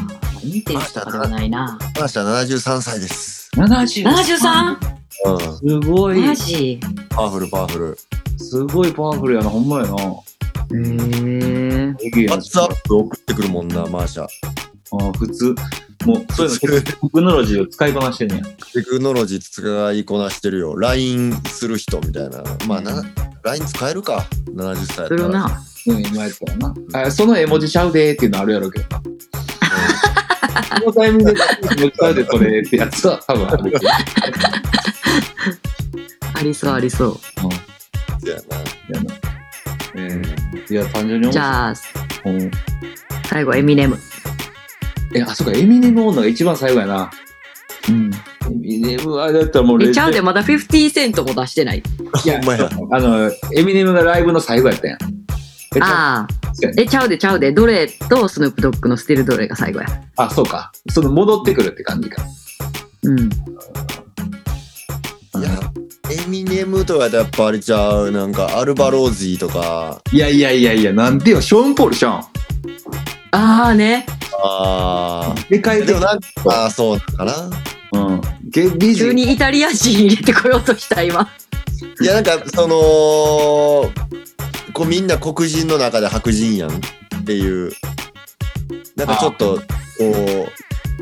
[SPEAKER 2] インテンスとかではないな。
[SPEAKER 4] マーシャ73歳です。
[SPEAKER 3] 70
[SPEAKER 2] 73!
[SPEAKER 4] うん。
[SPEAKER 3] すごい
[SPEAKER 2] マジ
[SPEAKER 4] パワフル、パワフル。
[SPEAKER 3] すごいパワフルやなほんまやな
[SPEAKER 2] へえ。
[SPEAKER 3] えげえ
[SPEAKER 4] ワ
[SPEAKER 3] な
[SPEAKER 4] ッツアップ送ってくるもんな、マーシャ。
[SPEAKER 3] あ普通もうそういうの結構テクノロジーを使いこなしてんねや
[SPEAKER 4] テクノロジー使いこなしてるよ。LINE する人みたいな。まあ、な LINE 使えるか、70歳やった
[SPEAKER 2] す
[SPEAKER 4] ら
[SPEAKER 2] る。な。
[SPEAKER 3] うん今やったらなあその絵文字ちゃうでーっていうのあるやろうけどなこのタイミングで絵文字ちゃうでそれってやつは多分あるけど
[SPEAKER 2] ありそうありそ
[SPEAKER 4] うんそうやな。
[SPEAKER 3] やな。えいや、単純に
[SPEAKER 2] う。じ
[SPEAKER 3] 面白い
[SPEAKER 2] ゃあ、
[SPEAKER 3] うん
[SPEAKER 2] 最後エミネム。
[SPEAKER 3] え、あ、そうか、エミネム女が一番最後やな。
[SPEAKER 2] うん。
[SPEAKER 3] エミネムは、だったらもう
[SPEAKER 2] えちゃう
[SPEAKER 3] い
[SPEAKER 2] で、まだ50セントも出してない。
[SPEAKER 3] や
[SPEAKER 4] ほんまや
[SPEAKER 3] あの、エミネムがライブの最後やったやん。え
[SPEAKER 2] ああ
[SPEAKER 3] そうや。ね
[SPEAKER 2] え、ちゃうで、ちゃうで、どれとスヌープドッグのスティルどれが最後や。
[SPEAKER 3] あ、そうか。その戻ってくるって感じか。
[SPEAKER 2] うん。
[SPEAKER 4] いや、エミネ CM とかでやっぱあれちゃう、なんかアルバロージーとか、
[SPEAKER 3] いやいやいやいや、なんでよ、ショーン・ポールじゃん。
[SPEAKER 2] ああね。
[SPEAKER 4] あ
[SPEAKER 3] でか
[SPEAKER 4] ー
[SPEAKER 3] い
[SPEAKER 4] で
[SPEAKER 3] で
[SPEAKER 4] もなんか、あーそうかな。
[SPEAKER 3] うん。ゲビジ
[SPEAKER 2] 急にイタリア人入れてこようとした今。
[SPEAKER 4] いや、なんか、その、こうみんな黒人の中で白人やんっていう、なんかちょっと、こう、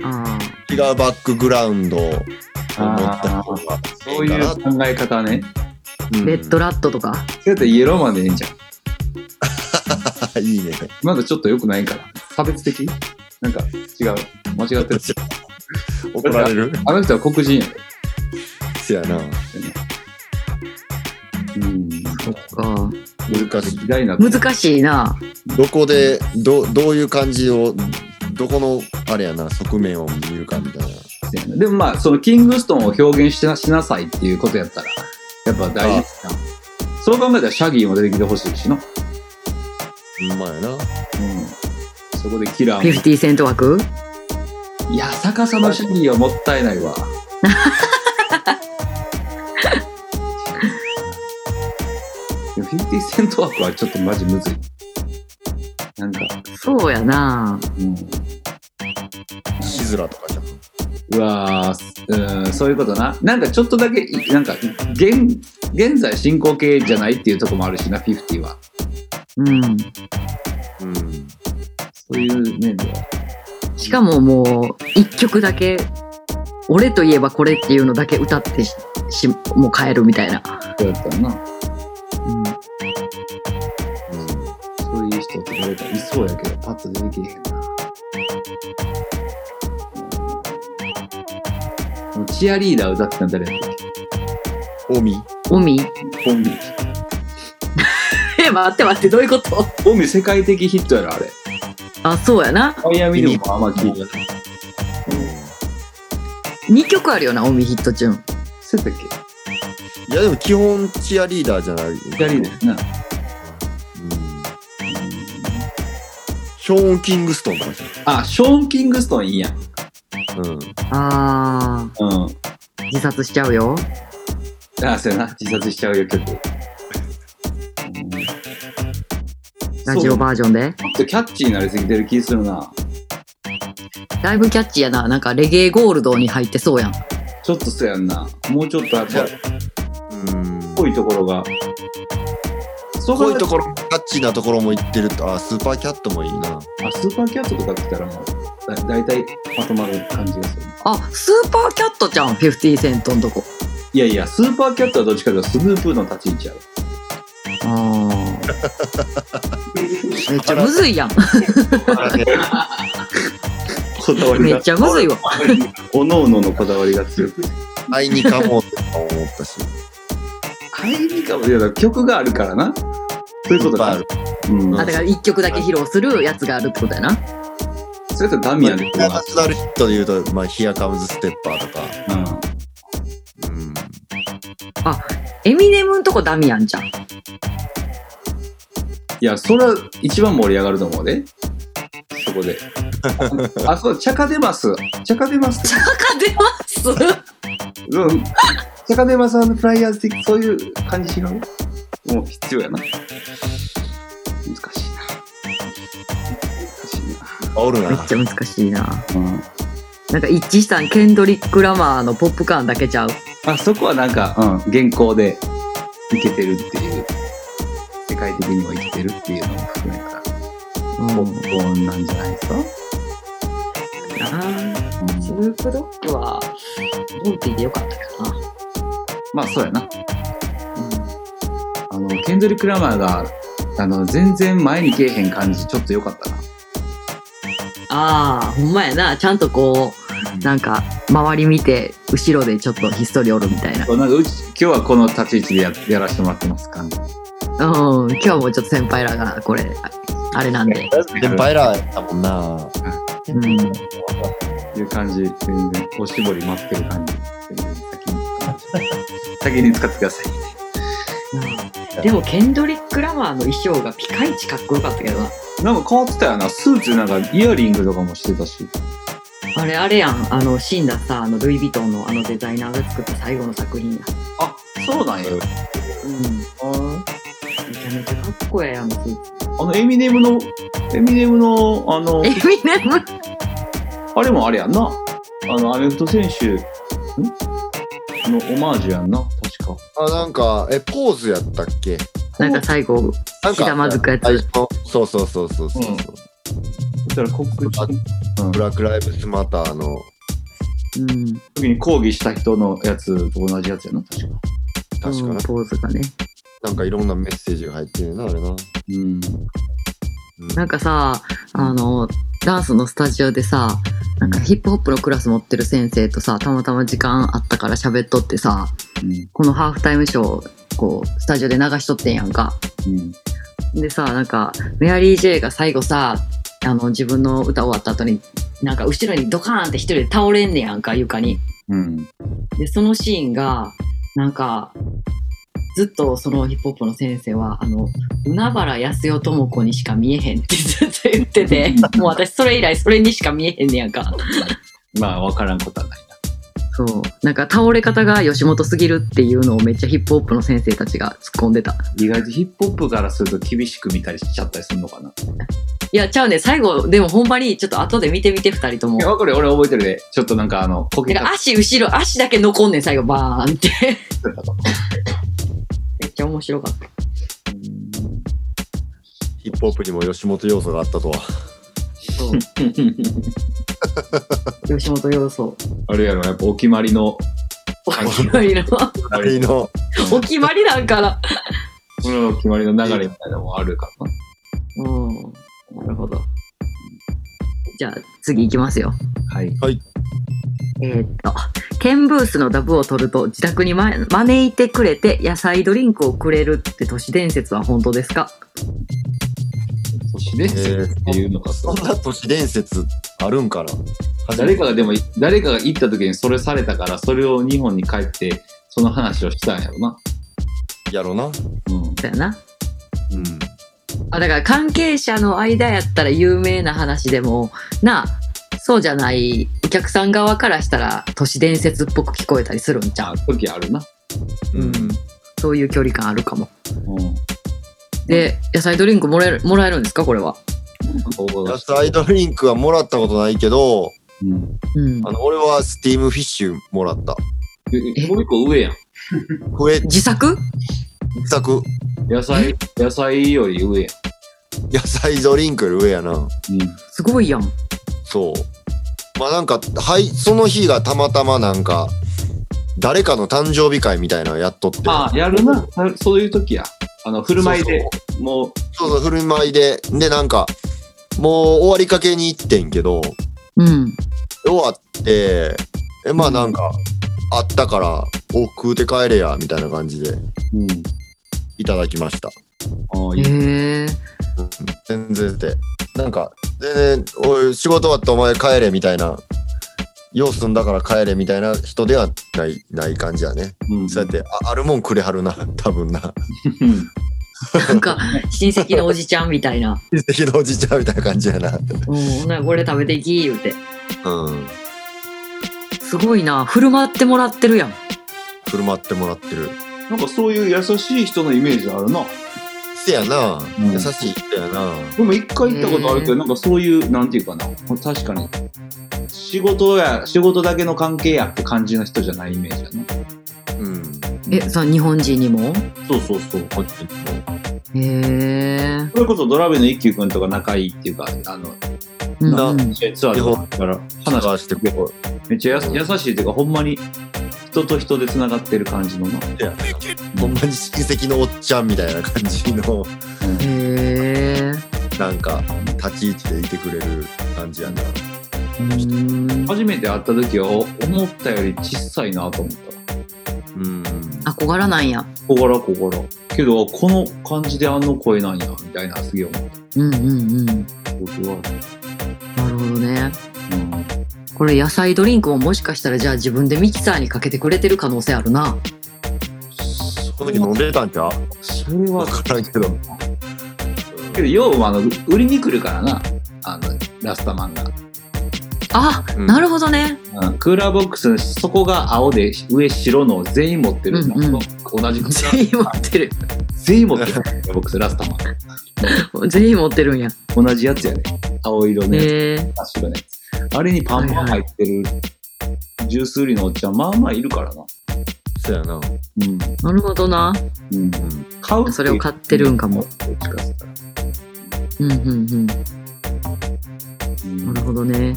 [SPEAKER 2] あ
[SPEAKER 4] 違うバックグラウンドを持った人が、
[SPEAKER 3] そういう考え方ね。
[SPEAKER 4] うん
[SPEAKER 2] レッドラットとか。
[SPEAKER 3] それやったらイエローマンでええんじゃん。
[SPEAKER 4] いいね。
[SPEAKER 3] まだちょっと良くないから。差別的なんか違う。間違ってる。
[SPEAKER 4] 怒られる
[SPEAKER 3] あの人は黒人やで。
[SPEAKER 4] せやな。
[SPEAKER 3] うん。
[SPEAKER 2] あ
[SPEAKER 4] 難しい。
[SPEAKER 3] 時代になってる
[SPEAKER 2] 難しいな。
[SPEAKER 4] どこで、ど、どういう感じを、どこの、あれやな、側面を見るかみたいな。
[SPEAKER 3] やなでもまあ、そのキングストンを表現しなしなさいっていうことやったら、やっぱ大事かな。そう考えたらシャギーも出てきてほしいしな。うん。
[SPEAKER 4] うんまやな。
[SPEAKER 3] そこでキラーも。
[SPEAKER 2] 50セント枠
[SPEAKER 3] いや、逆さのシャギーはもったいない わ。でも50セント枠はちょっとマジむずい。なんか、
[SPEAKER 2] そうやな。
[SPEAKER 3] うん。
[SPEAKER 4] シズラとかじゃん。
[SPEAKER 3] うわーうん、そういうことな。なんかちょっとだけ、いなんか、現、現在進行形じゃないっていうとこもあるしな、50は。
[SPEAKER 2] うん。
[SPEAKER 4] う
[SPEAKER 3] そ
[SPEAKER 4] ん。
[SPEAKER 3] ういう面では。
[SPEAKER 2] しかももう、一曲だけ、俺といえばこれっていうのだけ歌ってし、しもう変えるみたいな。
[SPEAKER 3] そうやったな。
[SPEAKER 4] うん。
[SPEAKER 3] そういう人って誰かいそうやけど、パッと出てきへんな。うんチアリーダー歌ってたの誰やったっ
[SPEAKER 4] オミ。
[SPEAKER 2] オミ
[SPEAKER 3] けコンビ。
[SPEAKER 2] え、待って待って、どういうこと
[SPEAKER 3] コンビ世界的ヒットやろ、あれ。
[SPEAKER 2] あ、そうやな。
[SPEAKER 3] マイアミでもあんま聞いてない。
[SPEAKER 2] 2曲あるよな、オミヒットチューン。
[SPEAKER 3] そうやったっけ
[SPEAKER 4] いや、でも基本チアリーダーじゃない。
[SPEAKER 3] チアリーダーやな。
[SPEAKER 4] うん。ショーン・キングストンとかじ
[SPEAKER 3] あ、ショーン・キングストンいいやん。
[SPEAKER 4] ゃん。うん。
[SPEAKER 2] あー、
[SPEAKER 3] うん。
[SPEAKER 2] 自殺しちゃうよ。
[SPEAKER 3] あ、そうやな。自殺しちゃうよ、曲。
[SPEAKER 2] ラジオ
[SPEAKER 3] 版。
[SPEAKER 2] バージョンで。
[SPEAKER 3] ちょっとキャッチーになりすぎてる気するな。
[SPEAKER 2] だいぶキャッチーやな。なんかレゲエゴールドに入ってそうやん。
[SPEAKER 3] ちょっとそうやんな。もうちょっとやっぱ、っ
[SPEAKER 4] うん。
[SPEAKER 3] ぽいところが。そう考
[SPEAKER 4] こう
[SPEAKER 3] え
[SPEAKER 4] いう
[SPEAKER 3] た
[SPEAKER 4] ところ、キャッチーなところも行ってると、あ、スーパーキャットもいいな。
[SPEAKER 3] あ、スーパーキャットとか来たらもう、だいたいまとまる感じがする。
[SPEAKER 2] あ、スーパーキャットじゃん、50セントのとこ。
[SPEAKER 3] いやいや、スーパーキャットはどっちかというとスヌープーの立ち位置やろ。
[SPEAKER 2] あー。 めっちゃむずいやん。
[SPEAKER 3] こだわ
[SPEAKER 2] めっちゃむずいわ。
[SPEAKER 3] おのおののこだわりが強くて。
[SPEAKER 4] 会いにかもとか思ったし。
[SPEAKER 3] あれにかも、いや、曲があるからな。そういうこと
[SPEAKER 4] いっぱ
[SPEAKER 3] だ
[SPEAKER 4] いある。
[SPEAKER 3] うん。
[SPEAKER 2] あ、だから一曲だけ披露するやつがあるってことやな。
[SPEAKER 3] それとダミアンでこう
[SPEAKER 4] ナ
[SPEAKER 3] な
[SPEAKER 4] ナ。ショナルヒットで言うと、まあ、ヒアカムズ・ステッパーとか。
[SPEAKER 3] うん。
[SPEAKER 4] うん。
[SPEAKER 2] エミネムんとこダミアンじゃん。
[SPEAKER 3] いや、それは一番盛り上がると思うで。そこで。あ、そう、チャカデマス。チャカデマス。
[SPEAKER 2] 赤出ます
[SPEAKER 3] うん。チャカデマスフライヤーズ的、そういう感じ違うもう必要やな。難しいな。難し
[SPEAKER 4] あおる
[SPEAKER 2] め
[SPEAKER 4] な
[SPEAKER 2] っ。ちゃ難しいな。
[SPEAKER 3] いな。うん。
[SPEAKER 2] なんか一致したん、ケンドリック・ラマーのポップ感だけちゃう。
[SPEAKER 3] あ、そこはなんか、うん、現行でいけてるっていう。世界的にもいけてるっていうのも含めたら、
[SPEAKER 2] うん。
[SPEAKER 3] こんなんじゃないですか、
[SPEAKER 2] あ
[SPEAKER 3] うん
[SPEAKER 2] スヌープドッグは、ローティーでよかったかな。
[SPEAKER 3] まあそうやな。あの、ケンドリック・ラマーが、あの、全然前にけえへん感じ、ちょっと良かったな。
[SPEAKER 2] ああ、ほんまやな。ちゃんとこう、なんか、周り見て、後ろでちょっとひっそりおるみたいな。
[SPEAKER 3] なんかうち、今日はこの立ち位置でややらせてもらってます感じ。
[SPEAKER 2] うん。今日もちょっと先輩らが、これ、あれなんで。
[SPEAKER 4] 先輩らだもんな。
[SPEAKER 2] うん。
[SPEAKER 3] いう感じ、全然、おしぼり待ってる感じ。全然先に使って。先に使ってください。
[SPEAKER 2] でも、ケンドリック・ラマーの衣装がピカイチかっこよかったけどな。
[SPEAKER 3] なんか変わってたよな。スーツなんかイヤリングとかもしてたし。
[SPEAKER 2] あれあれやん。あの、死んださ、あの、ルイ・ヴィトンのあのデザイナーが作った最後の作品や。
[SPEAKER 3] あ、そうなんや。
[SPEAKER 2] うん。めちゃめちゃかっこええやん、つい
[SPEAKER 3] あの、エミネムの、エミネムの、あの
[SPEAKER 2] エ、ミネム。
[SPEAKER 3] あれもあれやんな。あの、アメフト選手、んのオマージュやんな、確か。
[SPEAKER 4] あ、なんか、え、ポーズやったっけ
[SPEAKER 2] なんか最後、
[SPEAKER 4] なんか、
[SPEAKER 2] ひだまずくやつ
[SPEAKER 4] 最初のそうそうそうそうそう。
[SPEAKER 3] うんそしたら告知
[SPEAKER 4] あ
[SPEAKER 3] の
[SPEAKER 4] ブラック・ライブズ・マターの。
[SPEAKER 2] うん。
[SPEAKER 3] 時に抗議した人のやつと同じやつやな、確か。
[SPEAKER 4] 確か
[SPEAKER 2] うん
[SPEAKER 4] な、
[SPEAKER 2] ポーズがね。
[SPEAKER 4] なんかいろんなメッセージが入ってるな、あれな。
[SPEAKER 3] うん。
[SPEAKER 2] なんかさ、あの、ダンスのスタジオでさ、なんかヒップホップのクラス持ってる先生とさ、たまたま時間あったから喋っとってさ、
[SPEAKER 3] うん。
[SPEAKER 2] このハーフタイムショー、こう、スタジオで流しとってんやんか。
[SPEAKER 3] うん。
[SPEAKER 2] でさ、なんか、メアリー・ジェイが最後さ、あの、自分の歌終わった後に、なんか後ろにドカーンって一人で倒れんねやんか、床に。
[SPEAKER 3] うん。
[SPEAKER 2] で、そのシーンが、なんか、ずっとそのヒップホップの先生は、あの、海原康代智子にしか見えへんってずっと言って て、もう私それ以来それにしか見えへんねやんか。
[SPEAKER 3] まあ、わからんことはない
[SPEAKER 2] そう。なんか倒れ方が吉本すぎるっていうのをめっちゃヒップホップの先生たちが突っ込んでた。
[SPEAKER 3] な。意外とヒップホップからすると厳しく見たりしちゃったりするのかな。
[SPEAKER 2] いや、ちゃうね。最後、でもほんまにちょっと後で見てみて二人とも
[SPEAKER 3] いや、。わかるよ俺覚えてるで。ちょっとなんかあの、こけ
[SPEAKER 2] なん
[SPEAKER 3] た
[SPEAKER 2] か足後ろ、足だけ残んねん、最後バーンって。めっちゃ面白かった。
[SPEAKER 4] ヒップホップにも吉本要素があったとは。
[SPEAKER 2] そう。吉本要素。
[SPEAKER 3] あれやろ、やっぱお決まりの。
[SPEAKER 2] お決まりの、
[SPEAKER 4] あれの、
[SPEAKER 2] お決まりなんかな。
[SPEAKER 3] これの決まりの流れみたいなのもあるからな。
[SPEAKER 2] うん。なるほど。じゃあ、次行きますよ。
[SPEAKER 3] はい。
[SPEAKER 2] えーっと、ケンブースのダブを取ると自宅に、ま、招いてくれて野菜ドリンクをくれるって都市伝説は本当ですか
[SPEAKER 3] 都市伝説っていうのか
[SPEAKER 4] そんな都市伝説あるんかな
[SPEAKER 3] 誰かがでも、誰かが行った時にそれされたから、それを日本に帰って、その話をしたんやろな。
[SPEAKER 4] やろな。
[SPEAKER 3] うん。
[SPEAKER 2] だよな。
[SPEAKER 4] うん。
[SPEAKER 2] あ、だから関係者の間やったら有名な話でも、なあ、そうじゃない、お客さん側からしたら都市伝説っぽく聞こえたりするんちゃ
[SPEAKER 3] あ
[SPEAKER 2] う、
[SPEAKER 3] 時あるな。
[SPEAKER 4] うん。
[SPEAKER 2] そういう距離感あるかも。
[SPEAKER 3] うん。
[SPEAKER 2] で、野菜ドリンクもらえる、もらえるんですかこれは。
[SPEAKER 4] 野菜ドリンクはもらったことないけど、
[SPEAKER 3] うん。
[SPEAKER 2] うん
[SPEAKER 4] あ。の、俺はスティームフィッシュもらった。
[SPEAKER 3] えもう一個上やん。
[SPEAKER 4] これ、
[SPEAKER 2] 自作
[SPEAKER 4] 自作、
[SPEAKER 3] 野菜、野菜より上や
[SPEAKER 4] 野菜ドリンクより上やな。
[SPEAKER 3] ん。うん。
[SPEAKER 2] すごいやん。
[SPEAKER 4] そう。まあなんか、はい、その日がたまたまなんか、誰かの誕生日会みたいなのやっとって。
[SPEAKER 3] ああ、やるな。そういう時や。あの、振る舞いで、もう、
[SPEAKER 4] そうそう、振る舞いで。で、なんか、もう終わりかけに行ってんけど、
[SPEAKER 2] うん。
[SPEAKER 4] 終わって、え、まあなんか、あったから、お、食うて帰れや、みたいな感じで
[SPEAKER 3] うん。
[SPEAKER 4] いただきました。
[SPEAKER 3] ああ、いい。
[SPEAKER 2] へえ。
[SPEAKER 4] 全然で。なんか、全然、おい、仕事終わってお前帰れ、みたいな。用済んだから帰れみたいな人ではない、ない感じやね。
[SPEAKER 3] うん。
[SPEAKER 4] そうやって、ああるもんくれはるな、 多分な。
[SPEAKER 3] うん
[SPEAKER 2] なんか、親戚のおじちゃんみたいな。
[SPEAKER 4] 親戚のおじちゃんみたいな感じやな。
[SPEAKER 2] うん、ほんならこれ食べていき、言うて。
[SPEAKER 4] うん。
[SPEAKER 2] すごいな。振る舞ってもらってるやん。
[SPEAKER 4] 振る舞ってもらってる。
[SPEAKER 3] なんかそういう優しい人のイメージあるな。
[SPEAKER 4] せやな、
[SPEAKER 3] ん
[SPEAKER 4] 優しい人やな。
[SPEAKER 3] でも一回行ったことあるけど、なんかそういう、なんていうかな。確かに。仕事や、仕事だけの関係やって感じの人じゃないイメージや
[SPEAKER 4] うん。
[SPEAKER 2] え、その日本人にも
[SPEAKER 3] な。そうそうそう。
[SPEAKER 4] こっちも
[SPEAKER 2] へえ。
[SPEAKER 3] それこそドラベの一休君とか仲いいっていうか、あの、
[SPEAKER 2] うん
[SPEAKER 4] な
[SPEAKER 2] うん
[SPEAKER 3] ツアーでもから話
[SPEAKER 4] 話してくれ。
[SPEAKER 3] めっちゃやす優しいっていうか、ほんまに人と人で繋がってる感じのな。
[SPEAKER 4] ほんまに親戚のおっちゃんみたいな感じの、
[SPEAKER 2] へえ。
[SPEAKER 4] なんか、立ち位置でいてくれる感じやな。
[SPEAKER 2] うん
[SPEAKER 3] 初めて会った時は、お思ったより小さいなと思った。
[SPEAKER 4] うん。
[SPEAKER 2] 憧らないや。
[SPEAKER 3] 小柄小柄。けど、この感じであの声なんや、みたいな、すげえ思った。
[SPEAKER 2] うんうんうん。な
[SPEAKER 3] 僕は。
[SPEAKER 2] るほどね。
[SPEAKER 3] うん
[SPEAKER 2] これ野菜ドリンクももしかしたらじゃあ自分でミキサーにかけてくれてる可能性あるな。
[SPEAKER 4] この時飲んでたんちゃう
[SPEAKER 3] それは
[SPEAKER 4] わからんけど。
[SPEAKER 3] けど要はあの売りに来るからなあのラスタマンが
[SPEAKER 2] あ、
[SPEAKER 4] うん
[SPEAKER 2] なるほど ね。
[SPEAKER 3] うんクーラーボックスの底が青で上白のを全員持ってる、
[SPEAKER 2] うんうん
[SPEAKER 3] 同じクーラー
[SPEAKER 2] 全員持ってる。
[SPEAKER 3] 全員持ってるクーラーボックスラスタマン
[SPEAKER 2] 全員持ってるんや。
[SPEAKER 3] 同じやつやね青色のやつ
[SPEAKER 2] へえ。
[SPEAKER 3] 真っ白のやつあれにパンパン入ってる十数里のおっちゃんまあまあいるからな
[SPEAKER 4] そうやな。
[SPEAKER 3] うん
[SPEAKER 2] なるほどな。
[SPEAKER 3] うん
[SPEAKER 4] うん。
[SPEAKER 3] 買うっていう
[SPEAKER 2] それを買ってるんかも
[SPEAKER 3] どっちかっつったら
[SPEAKER 2] うんうんうん。な
[SPEAKER 3] うん
[SPEAKER 2] るほどね。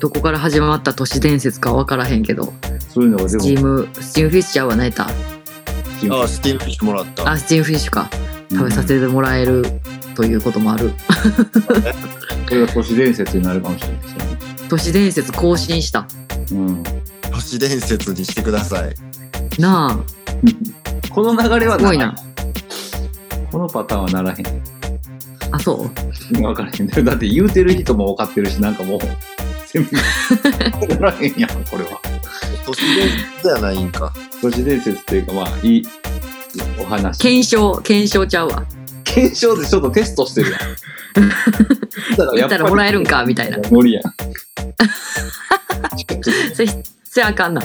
[SPEAKER 2] どこから始まった都市伝説かわからへんけど、
[SPEAKER 3] そういうのがで
[SPEAKER 2] ス
[SPEAKER 3] も
[SPEAKER 2] チーム、スチームフィッシャーは泣いた。
[SPEAKER 4] ああ、スティーブフィッシュもらった。
[SPEAKER 2] あ、スチームフィッシュか。食べさせてもらえるということもある。
[SPEAKER 3] これが都市伝説になるかもしれないですよね
[SPEAKER 2] 都市伝説更新した。
[SPEAKER 3] うん
[SPEAKER 4] 都市伝説にしてください。
[SPEAKER 2] な
[SPEAKER 3] この流れ
[SPEAKER 2] あ、
[SPEAKER 3] は
[SPEAKER 2] すごいな。
[SPEAKER 3] このパターンはならへん
[SPEAKER 2] あ、そう
[SPEAKER 3] 分からへんだって言うてる人も分かってるしなんかもう 全部ならへんやんこれは
[SPEAKER 4] 都市伝説ではないんか。
[SPEAKER 3] 都市伝説っていうかまあいいお話
[SPEAKER 2] 検証、検証ちゃうわ。
[SPEAKER 3] 検証でちょっとテストしてるや んだから
[SPEAKER 2] 言
[SPEAKER 3] や
[SPEAKER 2] っ
[SPEAKER 3] ぱ
[SPEAKER 2] た
[SPEAKER 3] り
[SPEAKER 2] らもらえるんか、みたいな。
[SPEAKER 3] 無 理やんちょっと
[SPEAKER 2] それ、それあかんな。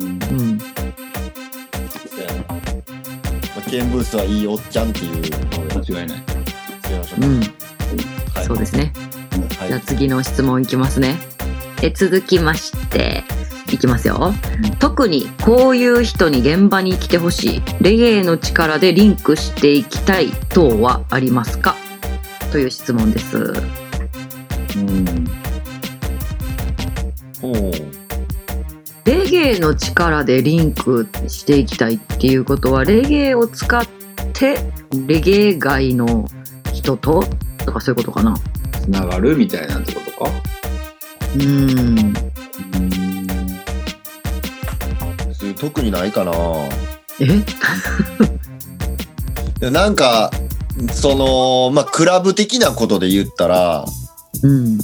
[SPEAKER 3] うん
[SPEAKER 2] うん。
[SPEAKER 4] そうやな。まあ、ケンブースはいいおっちゃんっていうので、
[SPEAKER 3] 間違いない
[SPEAKER 4] すいません
[SPEAKER 2] うん。
[SPEAKER 4] はい
[SPEAKER 2] そうですね。
[SPEAKER 4] はい
[SPEAKER 2] じゃあ次の質問いきますね。え続きましていきますよ、特にこういう人に現場に来てほしいレゲエの力でリンクしていきたい等はありますかという質問です。
[SPEAKER 3] うん
[SPEAKER 4] おう
[SPEAKER 2] レゲエの力でリンクしていきたいっていうことはレゲエを使ってレゲエ外の人ととかそういうことかな
[SPEAKER 3] つながるみたいなってことか
[SPEAKER 2] うーん
[SPEAKER 3] うん
[SPEAKER 4] そう特にないかな。
[SPEAKER 2] え
[SPEAKER 4] いやなんか、その、まあ、クラブ的なことで言ったら、
[SPEAKER 2] うん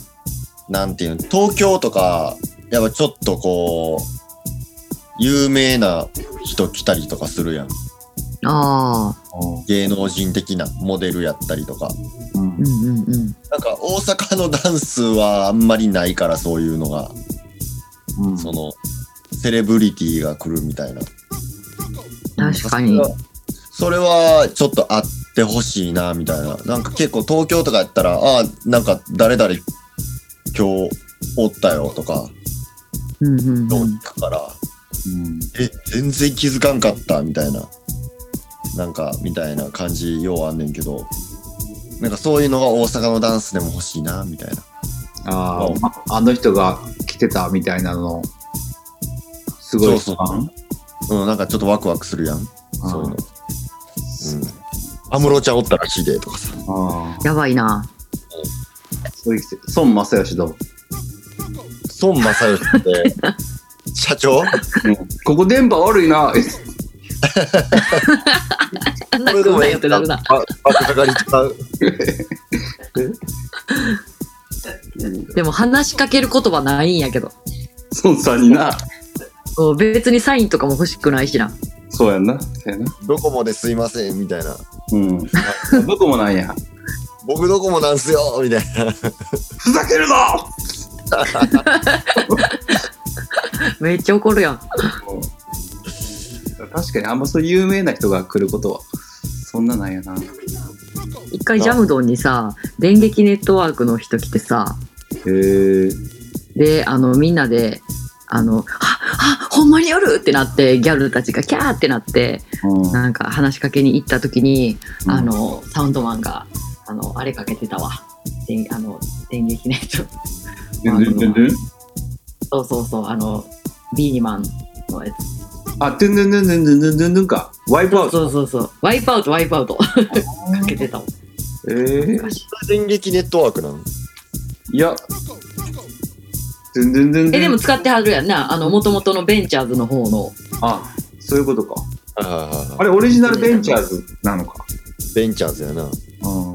[SPEAKER 4] なんていうの、東京とか、やっぱちょっとこう、有名な人来たりとかするやん。
[SPEAKER 2] ああ
[SPEAKER 4] 芸能人的なモデルやったりとか。
[SPEAKER 3] うん
[SPEAKER 2] うんうんうん
[SPEAKER 4] なんか大阪のダンスはあんまりないからそういうのが、
[SPEAKER 3] うん
[SPEAKER 4] その、セレブリティが来るみたいな。
[SPEAKER 2] 確かに
[SPEAKER 4] それはちょっとあってほしいなみたいななんか結構東京とかやったらあーなんか誰々今日おったよとか
[SPEAKER 2] うんうん
[SPEAKER 4] ど
[SPEAKER 2] う
[SPEAKER 4] うん聞くか
[SPEAKER 3] う
[SPEAKER 4] ら、
[SPEAKER 3] ん
[SPEAKER 4] え全然気づかんかったみたいななんかみたいな感じようあんねんけどなんかそういうのが大阪のダンスでも欲しいなみたいな
[SPEAKER 3] あああの人が来てたみたいなのすごい
[SPEAKER 4] そうそう
[SPEAKER 3] 不安
[SPEAKER 4] うんなんかちょっとワクワクするやんそういう
[SPEAKER 3] あ
[SPEAKER 4] の安室、ちゃんおったらしいでとかさ
[SPEAKER 3] あ
[SPEAKER 2] やばいな
[SPEAKER 3] そういう人孫正義どう、
[SPEAKER 4] 孫正義って社長
[SPEAKER 3] ここ電波悪いな
[SPEAKER 2] あんなこんなんやってなるな。
[SPEAKER 4] あ、あかかりちゃう。
[SPEAKER 2] でも話しかける言葉ないんやけど。
[SPEAKER 3] 孫さんにな
[SPEAKER 2] こう別にサインとかも欲しくないしな。
[SPEAKER 3] そうやんなそうやな
[SPEAKER 4] ドコモですいません、みたいな。
[SPEAKER 3] うんどこもなんや
[SPEAKER 4] 僕ドコモなんすよ、みたいな。
[SPEAKER 3] ふざけるぞ
[SPEAKER 2] めっちゃ怒るやん。
[SPEAKER 3] 確かにあんまそう有名な人が来ることはそんななんやなへ
[SPEAKER 2] 一回ジャムドンにさ、電撃ネットワークの人来てさ、
[SPEAKER 3] え
[SPEAKER 2] で、あの、みんなで、あの、あ、あ、ほんまにおるってなって、ギャルたちがキャーってなって、なんか話しかけに行った時に、あの、サウンドマンが、あの、あれかけてたわ。であの、電撃 ネット。
[SPEAKER 3] 全然全然
[SPEAKER 2] そうそうそう、あの、ビーニマンのやつ。
[SPEAKER 3] あてんてんてんてんてんてんてんてんかワイプアウト
[SPEAKER 2] そうそうそう。ワイプアウト、ワイプアウト。かけてたもん。
[SPEAKER 3] えー
[SPEAKER 4] 電撃ネットワークなの
[SPEAKER 3] いや、全然全
[SPEAKER 2] え、
[SPEAKER 3] 然。
[SPEAKER 2] でも使ってはるやんな。あの、もともとのベンチャーズの方の。
[SPEAKER 3] あ、そういうことか。
[SPEAKER 4] あ
[SPEAKER 3] あれ、オリジナルベンチャーズなのか。
[SPEAKER 4] ベンチャーズやな。
[SPEAKER 3] うん、そ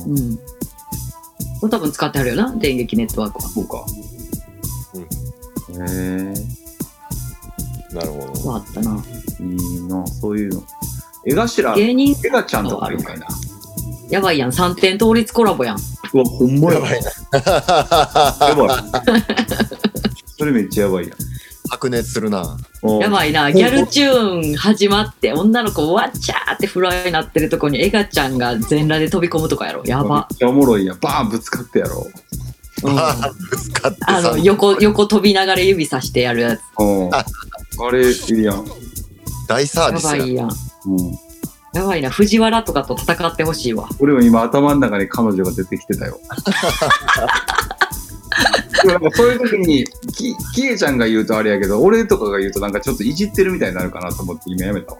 [SPEAKER 2] うん。これ多分使ってはるよな。電撃ネットワークは。
[SPEAKER 3] うか。へえ、
[SPEAKER 4] なるほ
[SPEAKER 2] そう
[SPEAKER 4] ど。
[SPEAKER 2] あったな。
[SPEAKER 3] いいな、そういうの。絵頭、絵
[SPEAKER 2] 芸人、
[SPEAKER 3] がちゃんとかいいかいな。
[SPEAKER 2] やばいやん。3点倒立コラボやん。
[SPEAKER 3] うわ、ほんま
[SPEAKER 4] やばいな。
[SPEAKER 3] やばい。それめっちゃやばいやん。
[SPEAKER 4] 白熱するな。
[SPEAKER 3] お
[SPEAKER 2] やばいな、ギャルチューン始まって、女の子、わっちゃーってフライになってるとこに、エガちゃんが全裸で飛び込むとかやろ、や
[SPEAKER 3] めっ
[SPEAKER 2] ば。
[SPEAKER 3] ちゃおもろいやん。バーンぶつかってやろ。
[SPEAKER 2] うん
[SPEAKER 4] ぶつかって
[SPEAKER 2] あ
[SPEAKER 4] さ
[SPEAKER 2] の、横、横飛びながら指さしてやるやつ。
[SPEAKER 3] うん。あれ、いいやん。うん。
[SPEAKER 4] 大サー
[SPEAKER 2] や
[SPEAKER 4] ビス
[SPEAKER 2] ば
[SPEAKER 4] や
[SPEAKER 2] いやん。やばいな、藤原とかと戦ってほしいわ。
[SPEAKER 3] 俺は今頭の中に彼女が出てきてたよ。でもなんかそういう時にき、きえちゃんが言うとあれやけど、俺とかが言うとなんかちょっといじってるみたいになるかなと思って今やめたわ。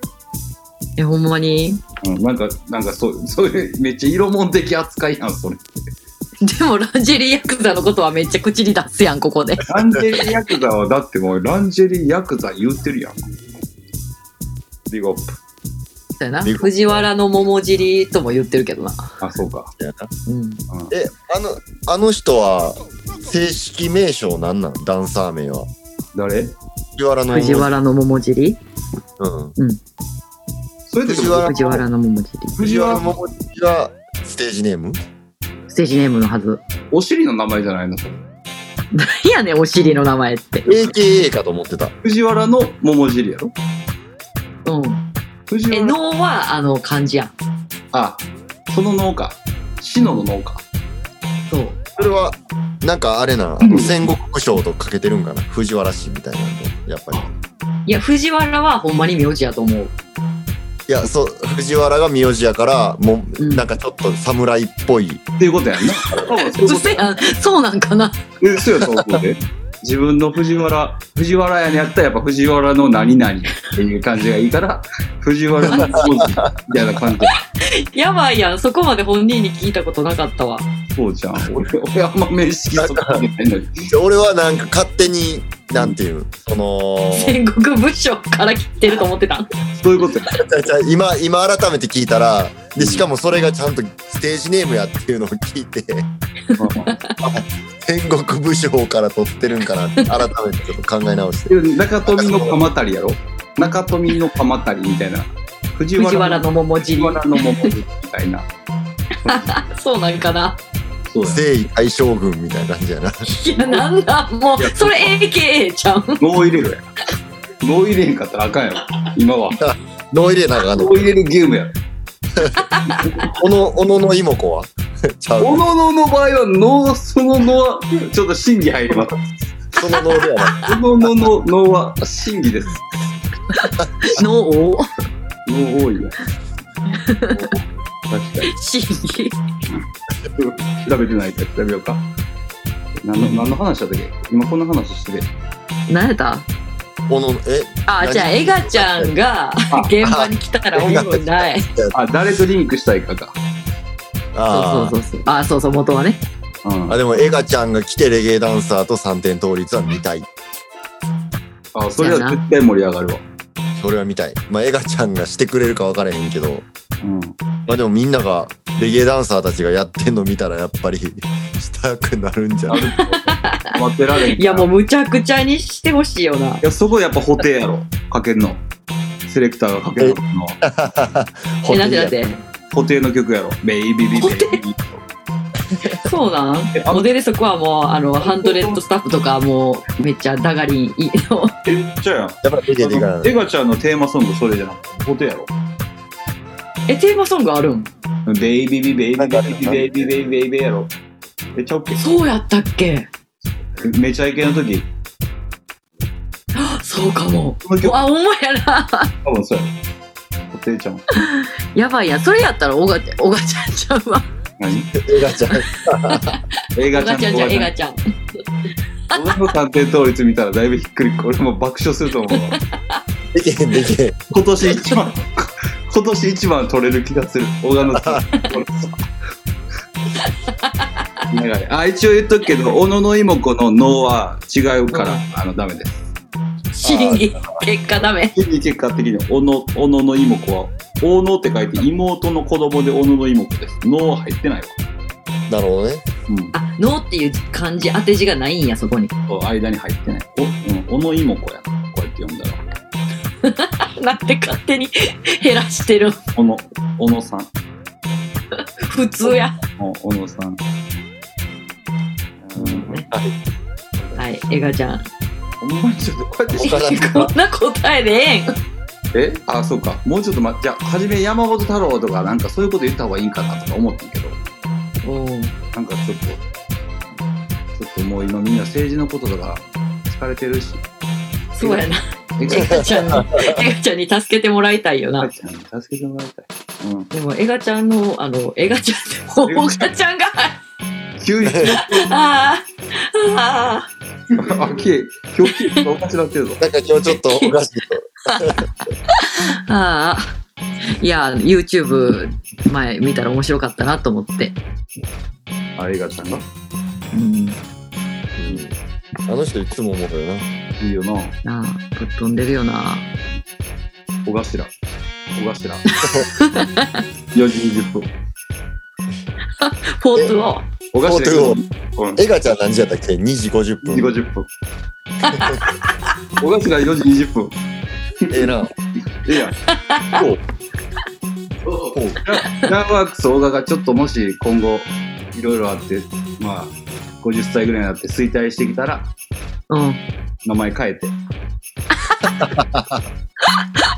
[SPEAKER 2] え、ほんまに
[SPEAKER 3] うん、なんか、なんかそう、そういう、めっちゃ色もん的扱いやん、それ。
[SPEAKER 2] でも、ランジェリーヤクザのことはめっちゃ口に出すやん、ここで。
[SPEAKER 3] ランジェリーヤクザは、だってもうランジェリーヤクザ言ってるやん。ビッグアップ。
[SPEAKER 2] そうやな。
[SPEAKER 4] 見事
[SPEAKER 2] 藤原の桃尻とも言ってるけどな。
[SPEAKER 3] あ、そうか。
[SPEAKER 2] うん。
[SPEAKER 4] え、あの、あの人は、正式名称なんなんダンサー名は。
[SPEAKER 3] 誰
[SPEAKER 4] 藤原の。
[SPEAKER 2] 藤原の桃尻
[SPEAKER 4] うん。
[SPEAKER 3] それで
[SPEAKER 4] 藤原
[SPEAKER 2] 藤原の桃尻。
[SPEAKER 3] 藤
[SPEAKER 4] 藤原
[SPEAKER 3] 原も
[SPEAKER 4] 桃地がステージネーム
[SPEAKER 2] ステージネームのはず。
[SPEAKER 3] お尻の名前じゃないの
[SPEAKER 2] いやね、お尻の名前って。
[SPEAKER 4] ?AKA かと思ってた。
[SPEAKER 3] 藤原の桃尻やろ
[SPEAKER 2] うん。
[SPEAKER 3] 藤
[SPEAKER 2] え、
[SPEAKER 3] 原
[SPEAKER 2] 脳は、あの、漢字やん。
[SPEAKER 3] あ、その農家。シノの農家。
[SPEAKER 2] そう。
[SPEAKER 4] それは、なんかあれな、あの戦国武将とかけてるんかな藤原氏みたいなんで、やっぱり。
[SPEAKER 2] いや、藤原はほんまに名字やと思う。
[SPEAKER 4] いや、そう、藤原が名字やから、もう、
[SPEAKER 2] うん
[SPEAKER 4] なんかちょっと侍っぽい。
[SPEAKER 3] っていうことやんな。多分そういうこと
[SPEAKER 2] 嘘やん そうなんかな。
[SPEAKER 3] え、そうやと思うで。自分の藤原、藤原屋にやったらやっぱ藤原の何々っていう感じがいいから、藤原の当時みたいな感じ。
[SPEAKER 2] やばいやん。そこまで本人に聞いたことなかったわ。
[SPEAKER 3] そうじゃん。俺、俺あんま面識そこまでないのに。
[SPEAKER 4] で俺はなんか勝手に、なんていう、その、
[SPEAKER 2] 戦国武将から来てると思ってた。
[SPEAKER 3] そういうことや。
[SPEAKER 4] 今、今改めて聞いたら、で、しかもそれがちゃんとステージネームやっていうのを聞 いて、戦国武将から取ってるんかなって、改めてちょっと考え直して。
[SPEAKER 3] うん中富の鎌足りやろ中富の鎌足りみたいな。藤
[SPEAKER 2] 藤原の桃尻
[SPEAKER 3] 藤。原の桃みたいな。
[SPEAKER 2] そうなんかな。
[SPEAKER 3] そうや。
[SPEAKER 4] 征夷大将軍みたいな感じやな。
[SPEAKER 2] いや、なんだ、もう、それ AKA ちゃ ん。
[SPEAKER 3] 脳入れろや。脳入れへんかったらあかんやろ。今は。
[SPEAKER 4] ノイレナがあの
[SPEAKER 3] 脳、入れるゲームやろ。
[SPEAKER 4] おの、おのの妹子 はちゃう
[SPEAKER 3] お。ののの場合は脳、その脳は、ちょっと審議入ります。
[SPEAKER 4] そのノイレナ。
[SPEAKER 3] そののの脳は審議です。
[SPEAKER 2] のを
[SPEAKER 3] 脳多いや。確か
[SPEAKER 2] 審議。
[SPEAKER 3] に。調べてないから調べようか。何の何の話だったっけ今こんな話してて。
[SPEAKER 2] 何やった
[SPEAKER 4] おの、え、
[SPEAKER 2] あ、
[SPEAKER 4] 何
[SPEAKER 2] じゃあ、エガちゃんが 現場に来たらおもろいない。
[SPEAKER 3] あ、誰とリンクしたいかか。
[SPEAKER 2] そ
[SPEAKER 4] あ
[SPEAKER 2] うそうそうそう。あ、そうそう、元はね。
[SPEAKER 3] うん
[SPEAKER 4] あ。あ、でも、エガちゃんが来てレゲエダンサーと3点倒立は見たい。
[SPEAKER 3] あ、それは絶対盛り上がるわ。
[SPEAKER 4] それは見たい。まあ、エガちゃんがしてくれるか分からへんけど、
[SPEAKER 3] うん。
[SPEAKER 4] まあでもみんなが、レゲエダンサーたちがやってんの見たら、やっぱり、 したくなるんじゃ
[SPEAKER 3] あ
[SPEAKER 4] ん。
[SPEAKER 3] ると待ってられん。
[SPEAKER 2] いや、もう、むちゃくちゃにしてほしいよな。
[SPEAKER 3] いや、そこやっぱ補填やろ。かけるの。セレクターがかけるのは。
[SPEAKER 2] え、なんでなんで
[SPEAKER 3] 補填の曲やろ。ベイビービ
[SPEAKER 2] 補
[SPEAKER 3] ーベイビー。
[SPEAKER 2] そうなん
[SPEAKER 3] えあの
[SPEAKER 2] モデルそこはもう、あの、ハンドレッドスタッフとかもう、めっちゃダガリンいいの。
[SPEAKER 3] じゃあ
[SPEAKER 4] やっぱりレゲエでいか
[SPEAKER 3] や、
[SPEAKER 4] なん
[SPEAKER 3] エガちゃんのテーマソングそれじゃなくて、補填やろ。
[SPEAKER 2] え、テーマソングあるん
[SPEAKER 3] ベイビービーベイビーベイビーベイビーベイビーベイビーやろ。めっちゃオッケ
[SPEAKER 2] そうやったっけ
[SPEAKER 3] ー。めちゃイケの時、
[SPEAKER 2] そうかも。
[SPEAKER 3] この曲
[SPEAKER 2] あ、お前やな。
[SPEAKER 3] 多分そうやろ。補填ちゃん。
[SPEAKER 2] やばいやん、それやったら、おが、おがちゃんちゃうわ。
[SPEAKER 3] 何
[SPEAKER 4] エガちゃん。
[SPEAKER 3] 映
[SPEAKER 2] お
[SPEAKER 3] 画ち
[SPEAKER 2] が
[SPEAKER 3] ゃん
[SPEAKER 2] ちゃん
[SPEAKER 3] と
[SPEAKER 2] じゃ
[SPEAKER 3] 映
[SPEAKER 2] ん、エ
[SPEAKER 3] 画
[SPEAKER 2] ガ
[SPEAKER 3] ち
[SPEAKER 2] ちゃん。
[SPEAKER 3] ゃん。俺の探偵倒立見たらだいぶひっくり、俺も爆笑すると思うわ。
[SPEAKER 4] でけへん、でけへん。
[SPEAKER 3] 今年一番今年一番取れる気がする小鹿のさ長いあ一応言っとくけど小野の妹子の脳は違うから、あのダメです
[SPEAKER 2] 審議、結果ダメ。
[SPEAKER 3] 結果的に小野小野の妹子は小野って書いて妹の子供で小野の妹子です脳は入ってないわ、
[SPEAKER 4] なるほどね。
[SPEAKER 3] うん
[SPEAKER 2] あ、ノーっていう漢字、当て字がないんや、そこに。
[SPEAKER 3] そう、間に入ってないお、うん、小野妹子やこうやって呼んだら
[SPEAKER 2] なんで勝手に減らしてる
[SPEAKER 3] 小野小野さん
[SPEAKER 2] 普通や。
[SPEAKER 3] うん小野さん
[SPEAKER 2] はい、エガちゃん。
[SPEAKER 3] ほんまにちょっとこうやって
[SPEAKER 4] 岡田君
[SPEAKER 2] こんな答えでええん。
[SPEAKER 3] えあそうかもうちょっと待ってじゃあ初め山本太郎とかなんかそういうこと言った方がいいんかなとか思ったけど
[SPEAKER 2] おー
[SPEAKER 3] なんかちょっとちょっともう今みんな政治のこととか疲れてる し
[SPEAKER 2] そうやな。
[SPEAKER 3] え
[SPEAKER 2] エガちゃんに、エガちゃんに助けてもらいたいよな。
[SPEAKER 3] 助けてもらいたい、うん、
[SPEAKER 2] でも、エガちゃんの、あの、エガちゃんの、
[SPEAKER 3] エ
[SPEAKER 2] オ
[SPEAKER 3] ガちゃ
[SPEAKER 2] ガ
[SPEAKER 3] ん
[SPEAKER 2] ちゃんが、
[SPEAKER 3] 急に
[SPEAKER 2] あーあ
[SPEAKER 3] あきえ今日きおかしなってるぞ
[SPEAKER 4] なんか今日ちょっとおかしいと。
[SPEAKER 2] ー、あー、いや、YouTube 前見たら面白かったなと思って。
[SPEAKER 3] あれがちゃんが
[SPEAKER 2] うん。
[SPEAKER 4] あの人いつも思うよな。
[SPEAKER 3] いいよな
[SPEAKER 2] なあ、ぶっ飛んでるよな。
[SPEAKER 3] 小頭小頭4時20分
[SPEAKER 2] フォートを。
[SPEAKER 3] 小頭
[SPEAKER 4] フォ
[SPEAKER 3] うん
[SPEAKER 4] エガちゃん何時やったっけ ?2 時50
[SPEAKER 3] 2時
[SPEAKER 4] 分。
[SPEAKER 3] 50分小頭4時20分
[SPEAKER 4] ええな。
[SPEAKER 3] いや
[SPEAKER 4] おう
[SPEAKER 3] そう
[SPEAKER 4] おう
[SPEAKER 3] ヤーワークス大賀がちょっともし今後いろいろあってまあ50歳ぐらいになって衰退してきたら
[SPEAKER 2] うん。
[SPEAKER 3] 名前変え て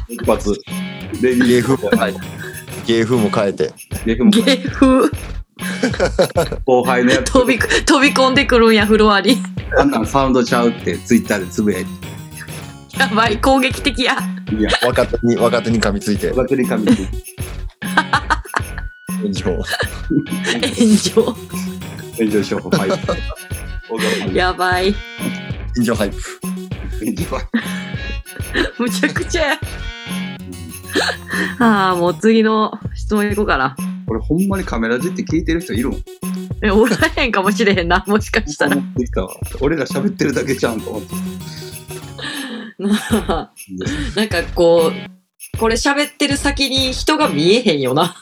[SPEAKER 3] 一発レディ
[SPEAKER 4] ゲ
[SPEAKER 3] ー
[SPEAKER 4] ーフ
[SPEAKER 3] フはい
[SPEAKER 4] 芸風も変えて。
[SPEAKER 3] ゲフも
[SPEAKER 2] 芸風、
[SPEAKER 3] 後輩のやつ
[SPEAKER 2] 飛び、飛び込んでくるんや、フロアに。
[SPEAKER 3] あんなんサウンドちゃうってツイッターでつぶやいて
[SPEAKER 2] やばい、攻撃的や。
[SPEAKER 3] いや
[SPEAKER 4] 若手に、若手に噛みついて。
[SPEAKER 3] 小頭に神って
[SPEAKER 4] 炎上。
[SPEAKER 2] 炎上。
[SPEAKER 3] 炎上商法はい大賀の
[SPEAKER 2] やば い。
[SPEAKER 4] 炎上ハイプ。
[SPEAKER 3] 炎上
[SPEAKER 2] むちゃくちゃや。ああ、もう次の質問いこうかな。
[SPEAKER 3] これほんまにカメラジって聞いてる人いるもん
[SPEAKER 2] え、おらへんかもしれへんな、もしかした ら。
[SPEAKER 3] 思ってきたわ俺ら喋ってるだけじゃんと思って
[SPEAKER 2] なあなんかこう、これ喋ってる先に人が見えへんよな。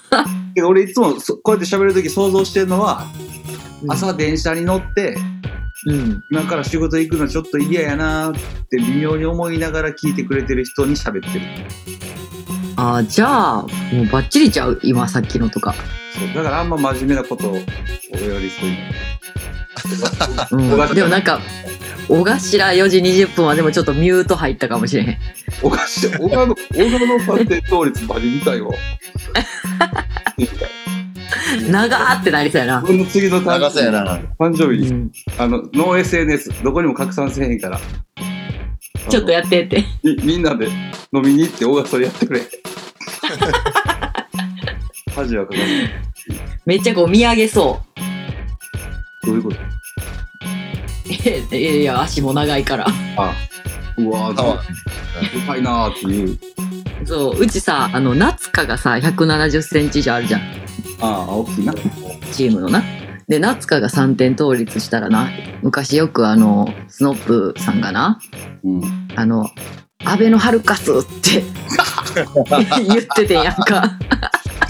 [SPEAKER 3] けど俺いつもそこうやって喋るとき想像してるのは、
[SPEAKER 2] うん
[SPEAKER 3] 朝電車に乗って
[SPEAKER 2] うん。
[SPEAKER 3] 今から仕事行くのちょっと嫌やなーって微妙に思いながら聞いてくれてる人に喋ってる
[SPEAKER 2] ああ、じゃあ、もうバッチリちゃう、今さっきのとか。
[SPEAKER 3] そうだからあんま真面目なことを俺よりそういう
[SPEAKER 2] うん
[SPEAKER 3] 小頭
[SPEAKER 2] でもなんか、小頭4時20分はでもちょっとミュート入ったかもしれへん。
[SPEAKER 3] のおかしい小川の小川の査定倒立バリみたいわ
[SPEAKER 2] 長ーってなりそうやな。
[SPEAKER 3] 俺の次の誕
[SPEAKER 4] 長さや
[SPEAKER 3] 生日
[SPEAKER 4] な。
[SPEAKER 3] 誕生
[SPEAKER 2] う
[SPEAKER 3] 日に
[SPEAKER 2] ん、
[SPEAKER 3] あのノー SNS どこにも拡散せへんから
[SPEAKER 2] ちょっとやってって。
[SPEAKER 3] みみんなで飲みに行って大それやって くれ。恥はかかる。
[SPEAKER 2] めっちゃこう見上げそう。
[SPEAKER 3] どういうこと
[SPEAKER 2] ええいや、足も長いから。
[SPEAKER 3] あ、うわ
[SPEAKER 4] パワ
[SPEAKER 3] ぁ、うまいなーっていう。
[SPEAKER 2] そう、うちさ、あの、夏香がさ、170センチ以上あるじゃん。
[SPEAKER 3] ああ、大きいな。
[SPEAKER 2] チームのな。で、夏香が3点倒立したらな、昔よくあの、スノップさんがな、
[SPEAKER 3] うん。
[SPEAKER 2] あの、安倍のハルカスって 言っててんやんか。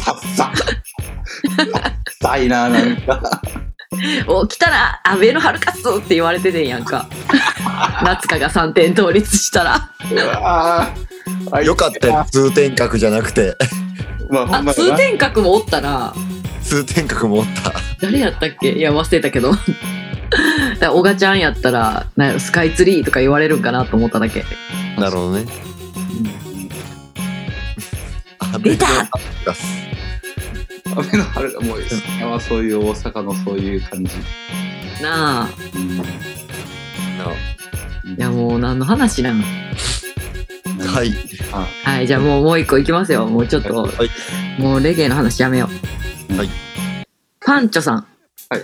[SPEAKER 3] たっさ。たいな、なんか。
[SPEAKER 2] お、来たら安倍のハルカスって言われててんやん か。夏香が3点倒立したら。
[SPEAKER 3] うわぁ。あ
[SPEAKER 4] よかったよ。通天閣じゃなくて、
[SPEAKER 3] まあ、ほ
[SPEAKER 2] あ
[SPEAKER 3] んま、や
[SPEAKER 2] 通
[SPEAKER 3] な。
[SPEAKER 2] 天閣もおったら、
[SPEAKER 4] 通天閣もおった。
[SPEAKER 2] 誰やったっけいや、忘れたけど。だ から小賀ちゃんやったら、なんやろスカイツリーとか言われるんかなと思っただけ。
[SPEAKER 4] なるほどね。あ
[SPEAKER 2] 出た
[SPEAKER 3] 雨の春がもう、いやそういう大阪のそういう感じ。
[SPEAKER 2] なあ。
[SPEAKER 3] うん
[SPEAKER 2] いや、もう何の話なん
[SPEAKER 4] はい。
[SPEAKER 2] はい、じゃあもう、もう一個いきますよ。もうちょっと、
[SPEAKER 4] はい
[SPEAKER 2] もうレゲエの話やめよう。
[SPEAKER 4] はい。
[SPEAKER 2] パンチョさん。
[SPEAKER 3] はい。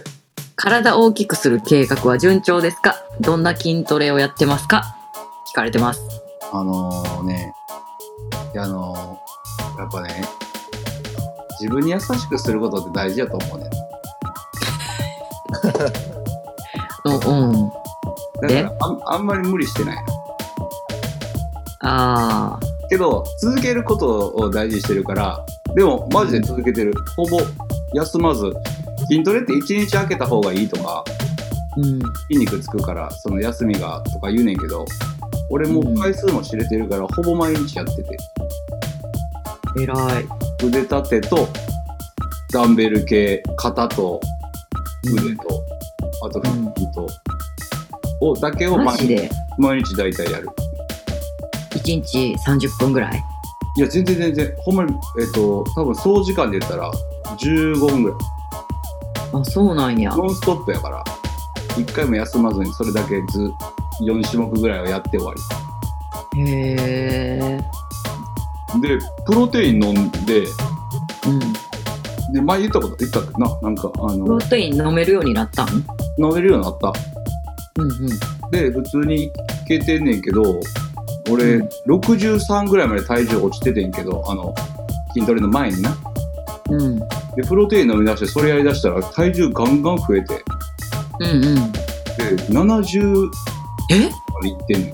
[SPEAKER 2] 体を大きくする計画は順調ですかどんな筋トレをやってますか聞かれてます。
[SPEAKER 3] あのーね、いやあのーやっぱね、自分に優しくすることって大事やと思うね。
[SPEAKER 2] うんうん。
[SPEAKER 3] だからあんあんまり無理してない。
[SPEAKER 2] あ
[SPEAKER 3] けど、続けることを大事にしてるから、でも、マジで続けてる。ほぼ休まず、筋トレって1日空けた方がいいとか、
[SPEAKER 2] ー。うん。
[SPEAKER 3] 筋肉つくから、その休みがとか言うねんけど、俺もう回数も知れてるから、ほぼ毎日やってて。
[SPEAKER 2] 偉い。
[SPEAKER 3] 腕立てと、ダンベル系、肩
[SPEAKER 2] う
[SPEAKER 3] と、
[SPEAKER 2] ん
[SPEAKER 3] 腕と、あと腹筋と、をだけを
[SPEAKER 2] マ
[SPEAKER 3] 毎
[SPEAKER 2] ジ
[SPEAKER 3] 日
[SPEAKER 2] で
[SPEAKER 3] 毎日大体やる
[SPEAKER 2] 1日30分ぐらい
[SPEAKER 3] いや全然全然ほんまにえっ、と多分総時間で言ったら15分ぐらい
[SPEAKER 2] あそうなんや
[SPEAKER 3] ノンストップやから一回も休まずにそれだけず4種目ぐらいをやって終わり
[SPEAKER 2] へえ
[SPEAKER 3] でプロテイン飲んで
[SPEAKER 2] うん
[SPEAKER 3] で前言ったこと言ったっけななんかあ
[SPEAKER 2] プロ
[SPEAKER 3] の
[SPEAKER 2] テイン飲めるようになったんうん
[SPEAKER 3] 飲めるようになった
[SPEAKER 2] うん
[SPEAKER 3] で普通にいけてんねんけど俺、
[SPEAKER 2] うん
[SPEAKER 3] 63ぐらいまで体重落ちててんけどあの筋トレの前にな
[SPEAKER 2] うん
[SPEAKER 3] でプロテイン飲み出してそれやりだしたら体重ガンガン増えて
[SPEAKER 2] うんうん
[SPEAKER 3] で70
[SPEAKER 2] え
[SPEAKER 3] までいってんねん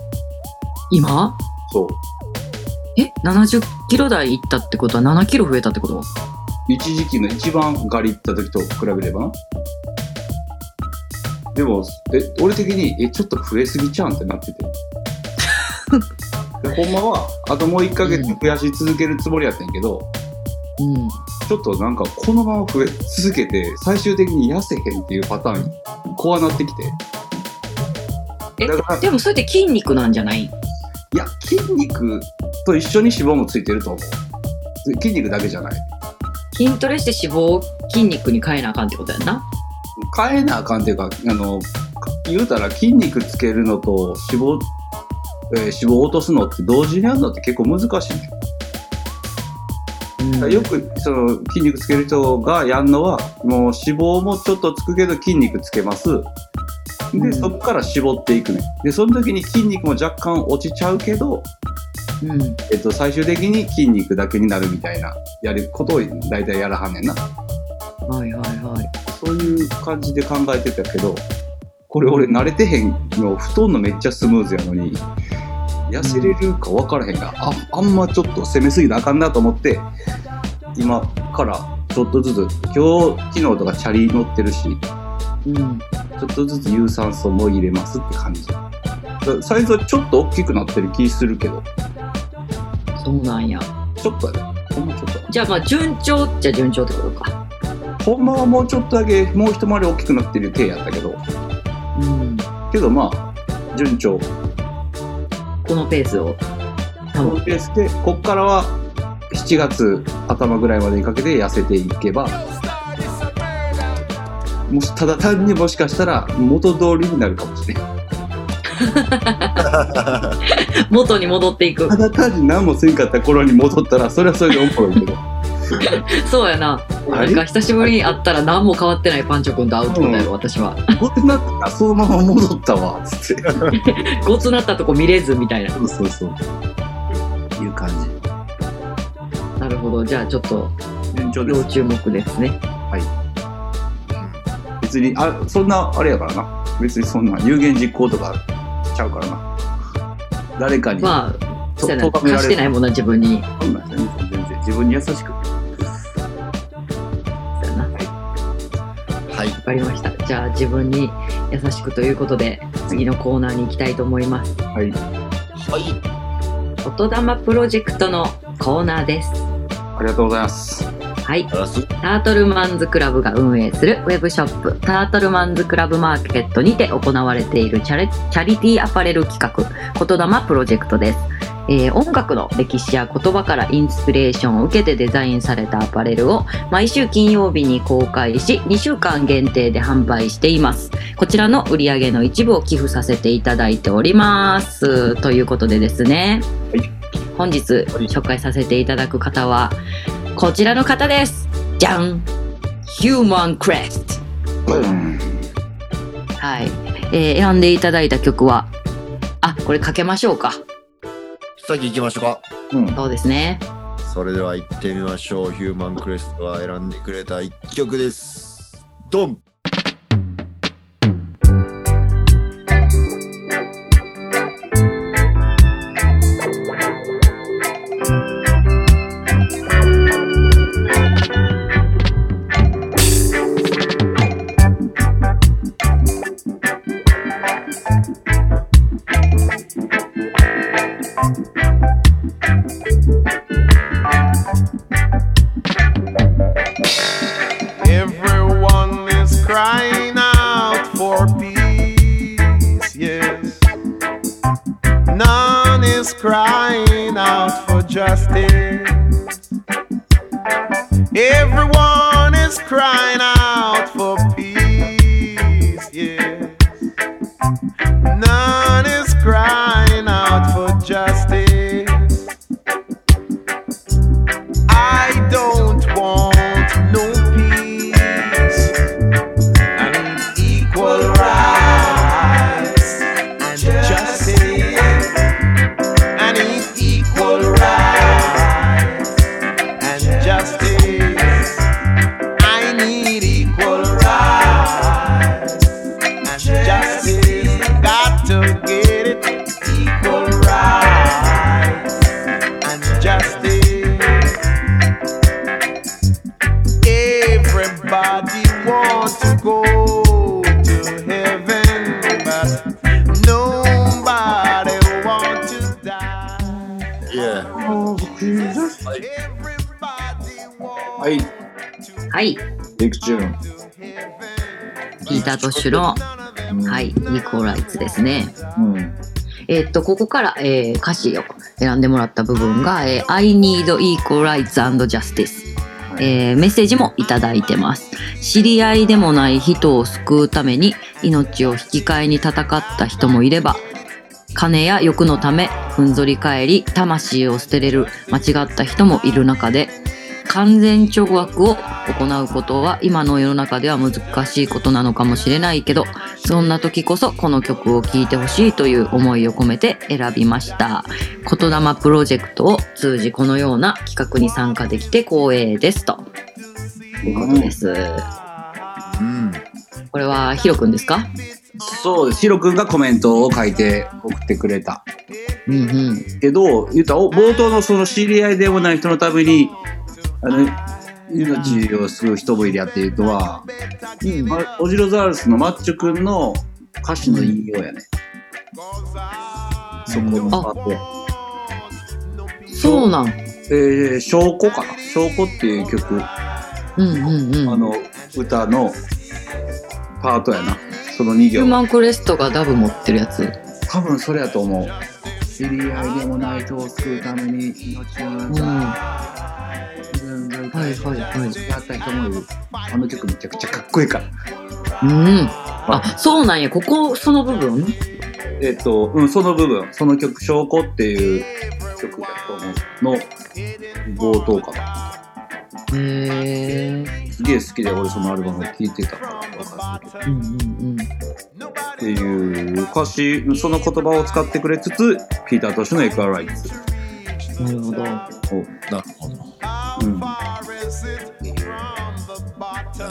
[SPEAKER 2] 今
[SPEAKER 3] そう
[SPEAKER 2] え70キロ台いったってことは7キロ増えたってこと
[SPEAKER 3] 一時期の一番ガリ行った時と比べればなでもえ俺的にえちょっと増えすぎちゃうんってなっててでほんまはあともう1ヶ月増やし続けるつもりやったんやけど、
[SPEAKER 2] うん
[SPEAKER 3] ちょっとなんかこのまま増え続けて最終的に痩せへんっていうパターンに怖なってきて
[SPEAKER 2] え
[SPEAKER 3] だから
[SPEAKER 2] でもそれって筋肉なんじゃない
[SPEAKER 3] いや筋肉と一緒に脂肪もついてると思うで筋肉だけじゃない
[SPEAKER 2] 筋トレして脂肪を筋肉に変えなあかんってことやんな
[SPEAKER 3] 変えなあかんっていうかあの言うたら筋肉つけるのと脂肪、えー脂肪を落とすのって同時にやるのって結構難しいね
[SPEAKER 2] うん
[SPEAKER 3] だからよくその筋肉つける人がやるのはもう脂肪もちょっとつくけど筋肉つけます
[SPEAKER 2] う
[SPEAKER 3] で
[SPEAKER 2] ん
[SPEAKER 3] そこから絞っていくねでその時に筋肉も若干落ちちゃうけど、
[SPEAKER 2] うん
[SPEAKER 3] えっと、最終的に筋肉だけになるみたいなやることを大体やらはんねんな
[SPEAKER 2] はいはいはい
[SPEAKER 3] そういう感じで考えてたけどこれ俺慣れてへんの布団のめっちゃスムーズやのに痩せれるか分からへんがああんまちょっと攻めすぎなあかんなと思って今からちょっとずつ今日昨日とかチャリ乗ってるしち
[SPEAKER 2] うん
[SPEAKER 3] ょっとずつ有酸素も入れますって感じだサイズはちょっと大きくなってる気するけど
[SPEAKER 2] そうなんや
[SPEAKER 3] ちょっとやでほんまちょっとや
[SPEAKER 2] じゃあまあ順調っちゃ順調ってことか
[SPEAKER 3] ほんまはもうちょっとだけもう一回り大きくなってる手やったけど
[SPEAKER 2] うん
[SPEAKER 3] けどまあ順調
[SPEAKER 2] このペースを
[SPEAKER 3] このペースでこっからは7月頭ぐらいまでにかけて痩せていけばもしただ単にもしかしたら元通りになるかもしれない
[SPEAKER 2] 元に戻ってい く
[SPEAKER 3] ただ単に何もせんかった頃に戻ったらそれはそれでおもろいけ ど
[SPEAKER 2] そうやな
[SPEAKER 3] あ
[SPEAKER 2] なん
[SPEAKER 3] れ
[SPEAKER 2] か久しぶりに会ったら何も変わってないパンチョ君と会うってことやろ、私は
[SPEAKER 3] こってなったらそのまま戻ったわつって
[SPEAKER 2] ごつなったとこ見れずみたいな
[SPEAKER 3] そうそうそういう感じ
[SPEAKER 2] なるほどじゃあちょっと
[SPEAKER 3] 順調で
[SPEAKER 2] 要
[SPEAKER 3] す
[SPEAKER 2] 注目ですね
[SPEAKER 3] 別にあそんなあれやからな別にそんな有言実行とかちゃうからな誰かに、
[SPEAKER 2] まあ
[SPEAKER 3] と
[SPEAKER 2] そうやな
[SPEAKER 3] 咎められる
[SPEAKER 2] 貸してないもんな自分に
[SPEAKER 3] そんなんじゃない全然自分に優しく
[SPEAKER 2] そうやなわ
[SPEAKER 4] はい。
[SPEAKER 2] かりましたじゃあ自分に優しくということで次のコーナーに行きたいと思います
[SPEAKER 3] はい
[SPEAKER 4] はい。
[SPEAKER 2] 音玉プロジェクトのコーナーです
[SPEAKER 3] ありがとうございます
[SPEAKER 2] はい
[SPEAKER 4] あらす。
[SPEAKER 2] タートルマンズクラブが運営するウェブショップタートルマンズクラブマーケットにて行われているチャレチャリティーアパレル企画言霊プロジェクトです、えー音楽の歴史や言葉からインスピレーションを受けてデザインされたアパレルを毎週金曜日に公開し2週間限定で販売していますこちらの売り上げの一部を寄付させていただいておりますということでですね、
[SPEAKER 3] はい
[SPEAKER 2] 本日紹介させていただく方はこちらの方ですじゃんヒューマンクレストはい、えー選んでいただいた曲はあこれかけましょうか
[SPEAKER 4] さっき行きましょうか。
[SPEAKER 3] うん
[SPEAKER 2] そうですね
[SPEAKER 4] それでは行ってみましょう。ヒューマンクレストが選んでくれた一曲です。ドン
[SPEAKER 5] Everyone is crying out for peace. Yeah. None is crying out for justice. Everyone is crying out for peace, yes. None is crying out for justice. I don't want no peace. I need equal rights and justice. I need equal rights and justice. I need equal rights and justice. Got to get it. Equal rights and justice. Everybody wants to go to heaven, but nobody wants to die.
[SPEAKER 4] Yeah.
[SPEAKER 5] Everybody
[SPEAKER 3] はい、
[SPEAKER 5] wants
[SPEAKER 2] はい、
[SPEAKER 3] エクチューン。
[SPEAKER 5] to heaven.
[SPEAKER 2] ピーター・トッシュの、はい、イコライツですね。
[SPEAKER 3] うん。
[SPEAKER 2] えーっと、ここから、えー歌詞を選んでもらった部分が、えー I need equal rights and justice。えーメッセージもいただいてます。知り合いでもない人を救うために命を引き換えに戦った人もいれば、金や欲のためふんぞり返り魂を捨てれる間違った人もいる中で完全懲悪を行うことは今の世の中では難しいことなのかもしれないけどそんな時こそこの曲を聴いてほしいという思いを込めて選びました言霊プロジェクトを通じこのような企画に参加できて光栄ですということです
[SPEAKER 4] うん。
[SPEAKER 2] これはヒロくんですか
[SPEAKER 3] そうです。ヒロ君がコメントを書いて送ってくれた。
[SPEAKER 2] うんうん
[SPEAKER 3] けど、言うたらお冒頭のその知り合いでもない人のために、あの、命を救う人もいりゃっていうのは、
[SPEAKER 2] うん
[SPEAKER 3] まオジロザウルスのマッチョ君の歌詞の言いようやね。そこのパート
[SPEAKER 2] そうなん
[SPEAKER 3] えー、証拠かな証拠っていう曲、
[SPEAKER 2] うんうんうん
[SPEAKER 3] あの、歌のパートやな。その2
[SPEAKER 2] ヒュー
[SPEAKER 3] 行。
[SPEAKER 2] マンクレストがダブ持ってるやつ。
[SPEAKER 3] 多分それやと思う。知り合いでもない人を救うために命を
[SPEAKER 2] うん。
[SPEAKER 3] 奪
[SPEAKER 2] は
[SPEAKER 3] うんだ
[SPEAKER 2] いはいは
[SPEAKER 3] やった人もいる。あの曲めちゃくちゃかっこいいから。
[SPEAKER 2] い。うん。あ、そうなんや。ここ、その部分
[SPEAKER 3] えっ、と、うん、その部分、その曲、証拠っていう曲だと思うの、冒頭かな。
[SPEAKER 2] へえ。
[SPEAKER 3] すげえ好きで、俺そのアルバムを聴いてたから分かるけど。
[SPEAKER 2] うんうん
[SPEAKER 3] っていう歌詞、その言葉を使ってくれつつ、ピーター・トッシュのエクアライツ
[SPEAKER 2] うん。なるほど。う
[SPEAKER 3] を、
[SPEAKER 4] なるほど。
[SPEAKER 3] うん、
[SPEAKER 4] ナイ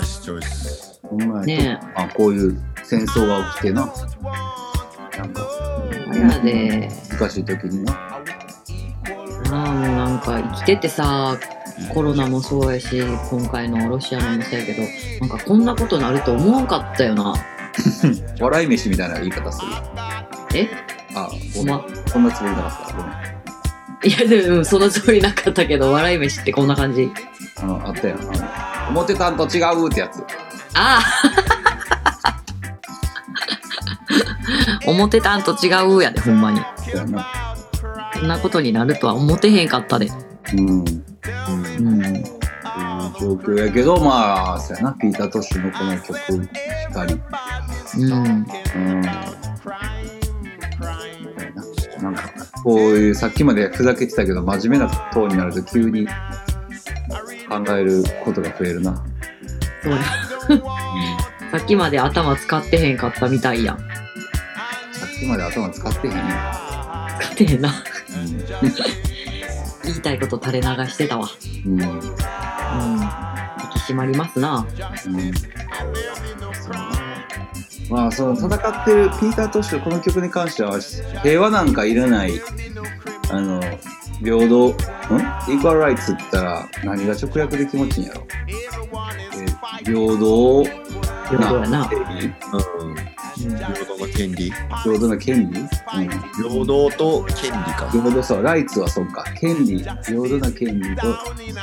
[SPEAKER 4] スチョイス。
[SPEAKER 3] ほんまやと
[SPEAKER 2] ね
[SPEAKER 3] あこういう戦争が起きてな、なんか
[SPEAKER 2] あれやで。
[SPEAKER 3] 難しい時にな。
[SPEAKER 2] なあ、もうなんか生きててさ、コロナもそうやし、今回のロシアのもそうやけど、なんかこんなことなると思わんかったよな。
[SPEAKER 3] 笑い飯みたいな言い方する。
[SPEAKER 2] え
[SPEAKER 3] あ、
[SPEAKER 2] ほ
[SPEAKER 3] ご
[SPEAKER 2] ん
[SPEAKER 3] め
[SPEAKER 2] ま
[SPEAKER 3] ん。こんなつもりなかった。ごめん。
[SPEAKER 2] いや、でも、うんそのつもりなかったけど、笑い飯ってこんな感じ。
[SPEAKER 3] あの、あったやん。あの思ってたんと違うってやつ。
[SPEAKER 2] ああ思ってたんと違うやでほんまに
[SPEAKER 3] そうやな。
[SPEAKER 2] こんなことになるとは思ってへんかったで
[SPEAKER 3] うん。
[SPEAKER 4] うん。
[SPEAKER 2] うん
[SPEAKER 3] そういう状況やけど、まあ、そうやな。ピーター・トッシュのこの曲、光。
[SPEAKER 2] うん
[SPEAKER 3] うん。なんかこういうさっきまでふざけてたけど真面目なトーンになると急に考えることが増えるな。
[SPEAKER 2] そうや さっきまで頭使ってへんかったみたいやん
[SPEAKER 3] さっきまで頭使ってへんやん。
[SPEAKER 2] 使ってへんな言いたいこと垂れ流してたわ
[SPEAKER 3] うん。うん。
[SPEAKER 2] うん引き締まりますな
[SPEAKER 3] うんそうまあその戦ってるピーター・トッシュこの曲に関しては平和なんかいらないあの平等んイークアライツって言ったら何が直訳で気持ちいいんやろえ平等
[SPEAKER 2] 平等やな
[SPEAKER 3] な正義
[SPEAKER 4] うん。平等の権利。
[SPEAKER 3] 平等な権利、うん、
[SPEAKER 4] 平等と権利か。
[SPEAKER 3] 平等そうライツはそうか権利平等な権利と
[SPEAKER 4] 平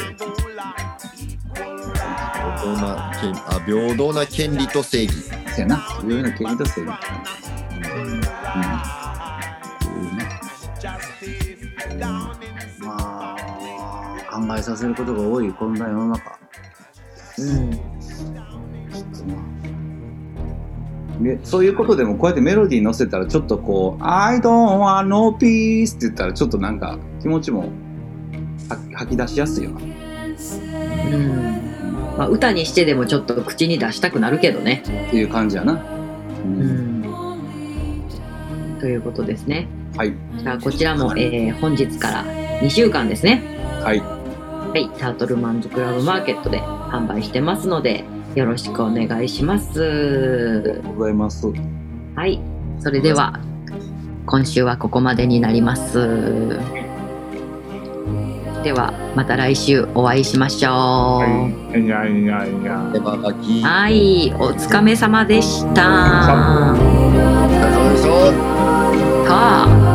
[SPEAKER 4] 等な権あ平等な権利と正義。
[SPEAKER 3] そうやな平等な権利と正義うん、うん
[SPEAKER 6] まあ、考えさせることが多い、こんな世の中。
[SPEAKER 2] うん
[SPEAKER 3] ね、そういうことでもこうやってメロディー乗せたらちょっとこう「I don't want no peace」って言ったらちょっとなんか気持ちも吐き吐き出しやすいよな
[SPEAKER 2] うんまあ、歌にしてでもちょっと口に出したくなるけどね。
[SPEAKER 3] っていう感じやな、うん
[SPEAKER 2] うん、ということですね。
[SPEAKER 3] はい
[SPEAKER 2] じゃあこちらも、えー本日から2週間ですね。
[SPEAKER 3] はい
[SPEAKER 2] はい、タートルマンズクラブマーケットで販売してますので、よろしくお願いします。
[SPEAKER 3] ございます
[SPEAKER 2] はい、それでは今週はここまでになります。ではまた来週お会いしましょう。
[SPEAKER 5] いやいやいや
[SPEAKER 4] 手羽先
[SPEAKER 2] はい、お疲れ様でした。
[SPEAKER 4] お疲れ様でした
[SPEAKER 2] さあ。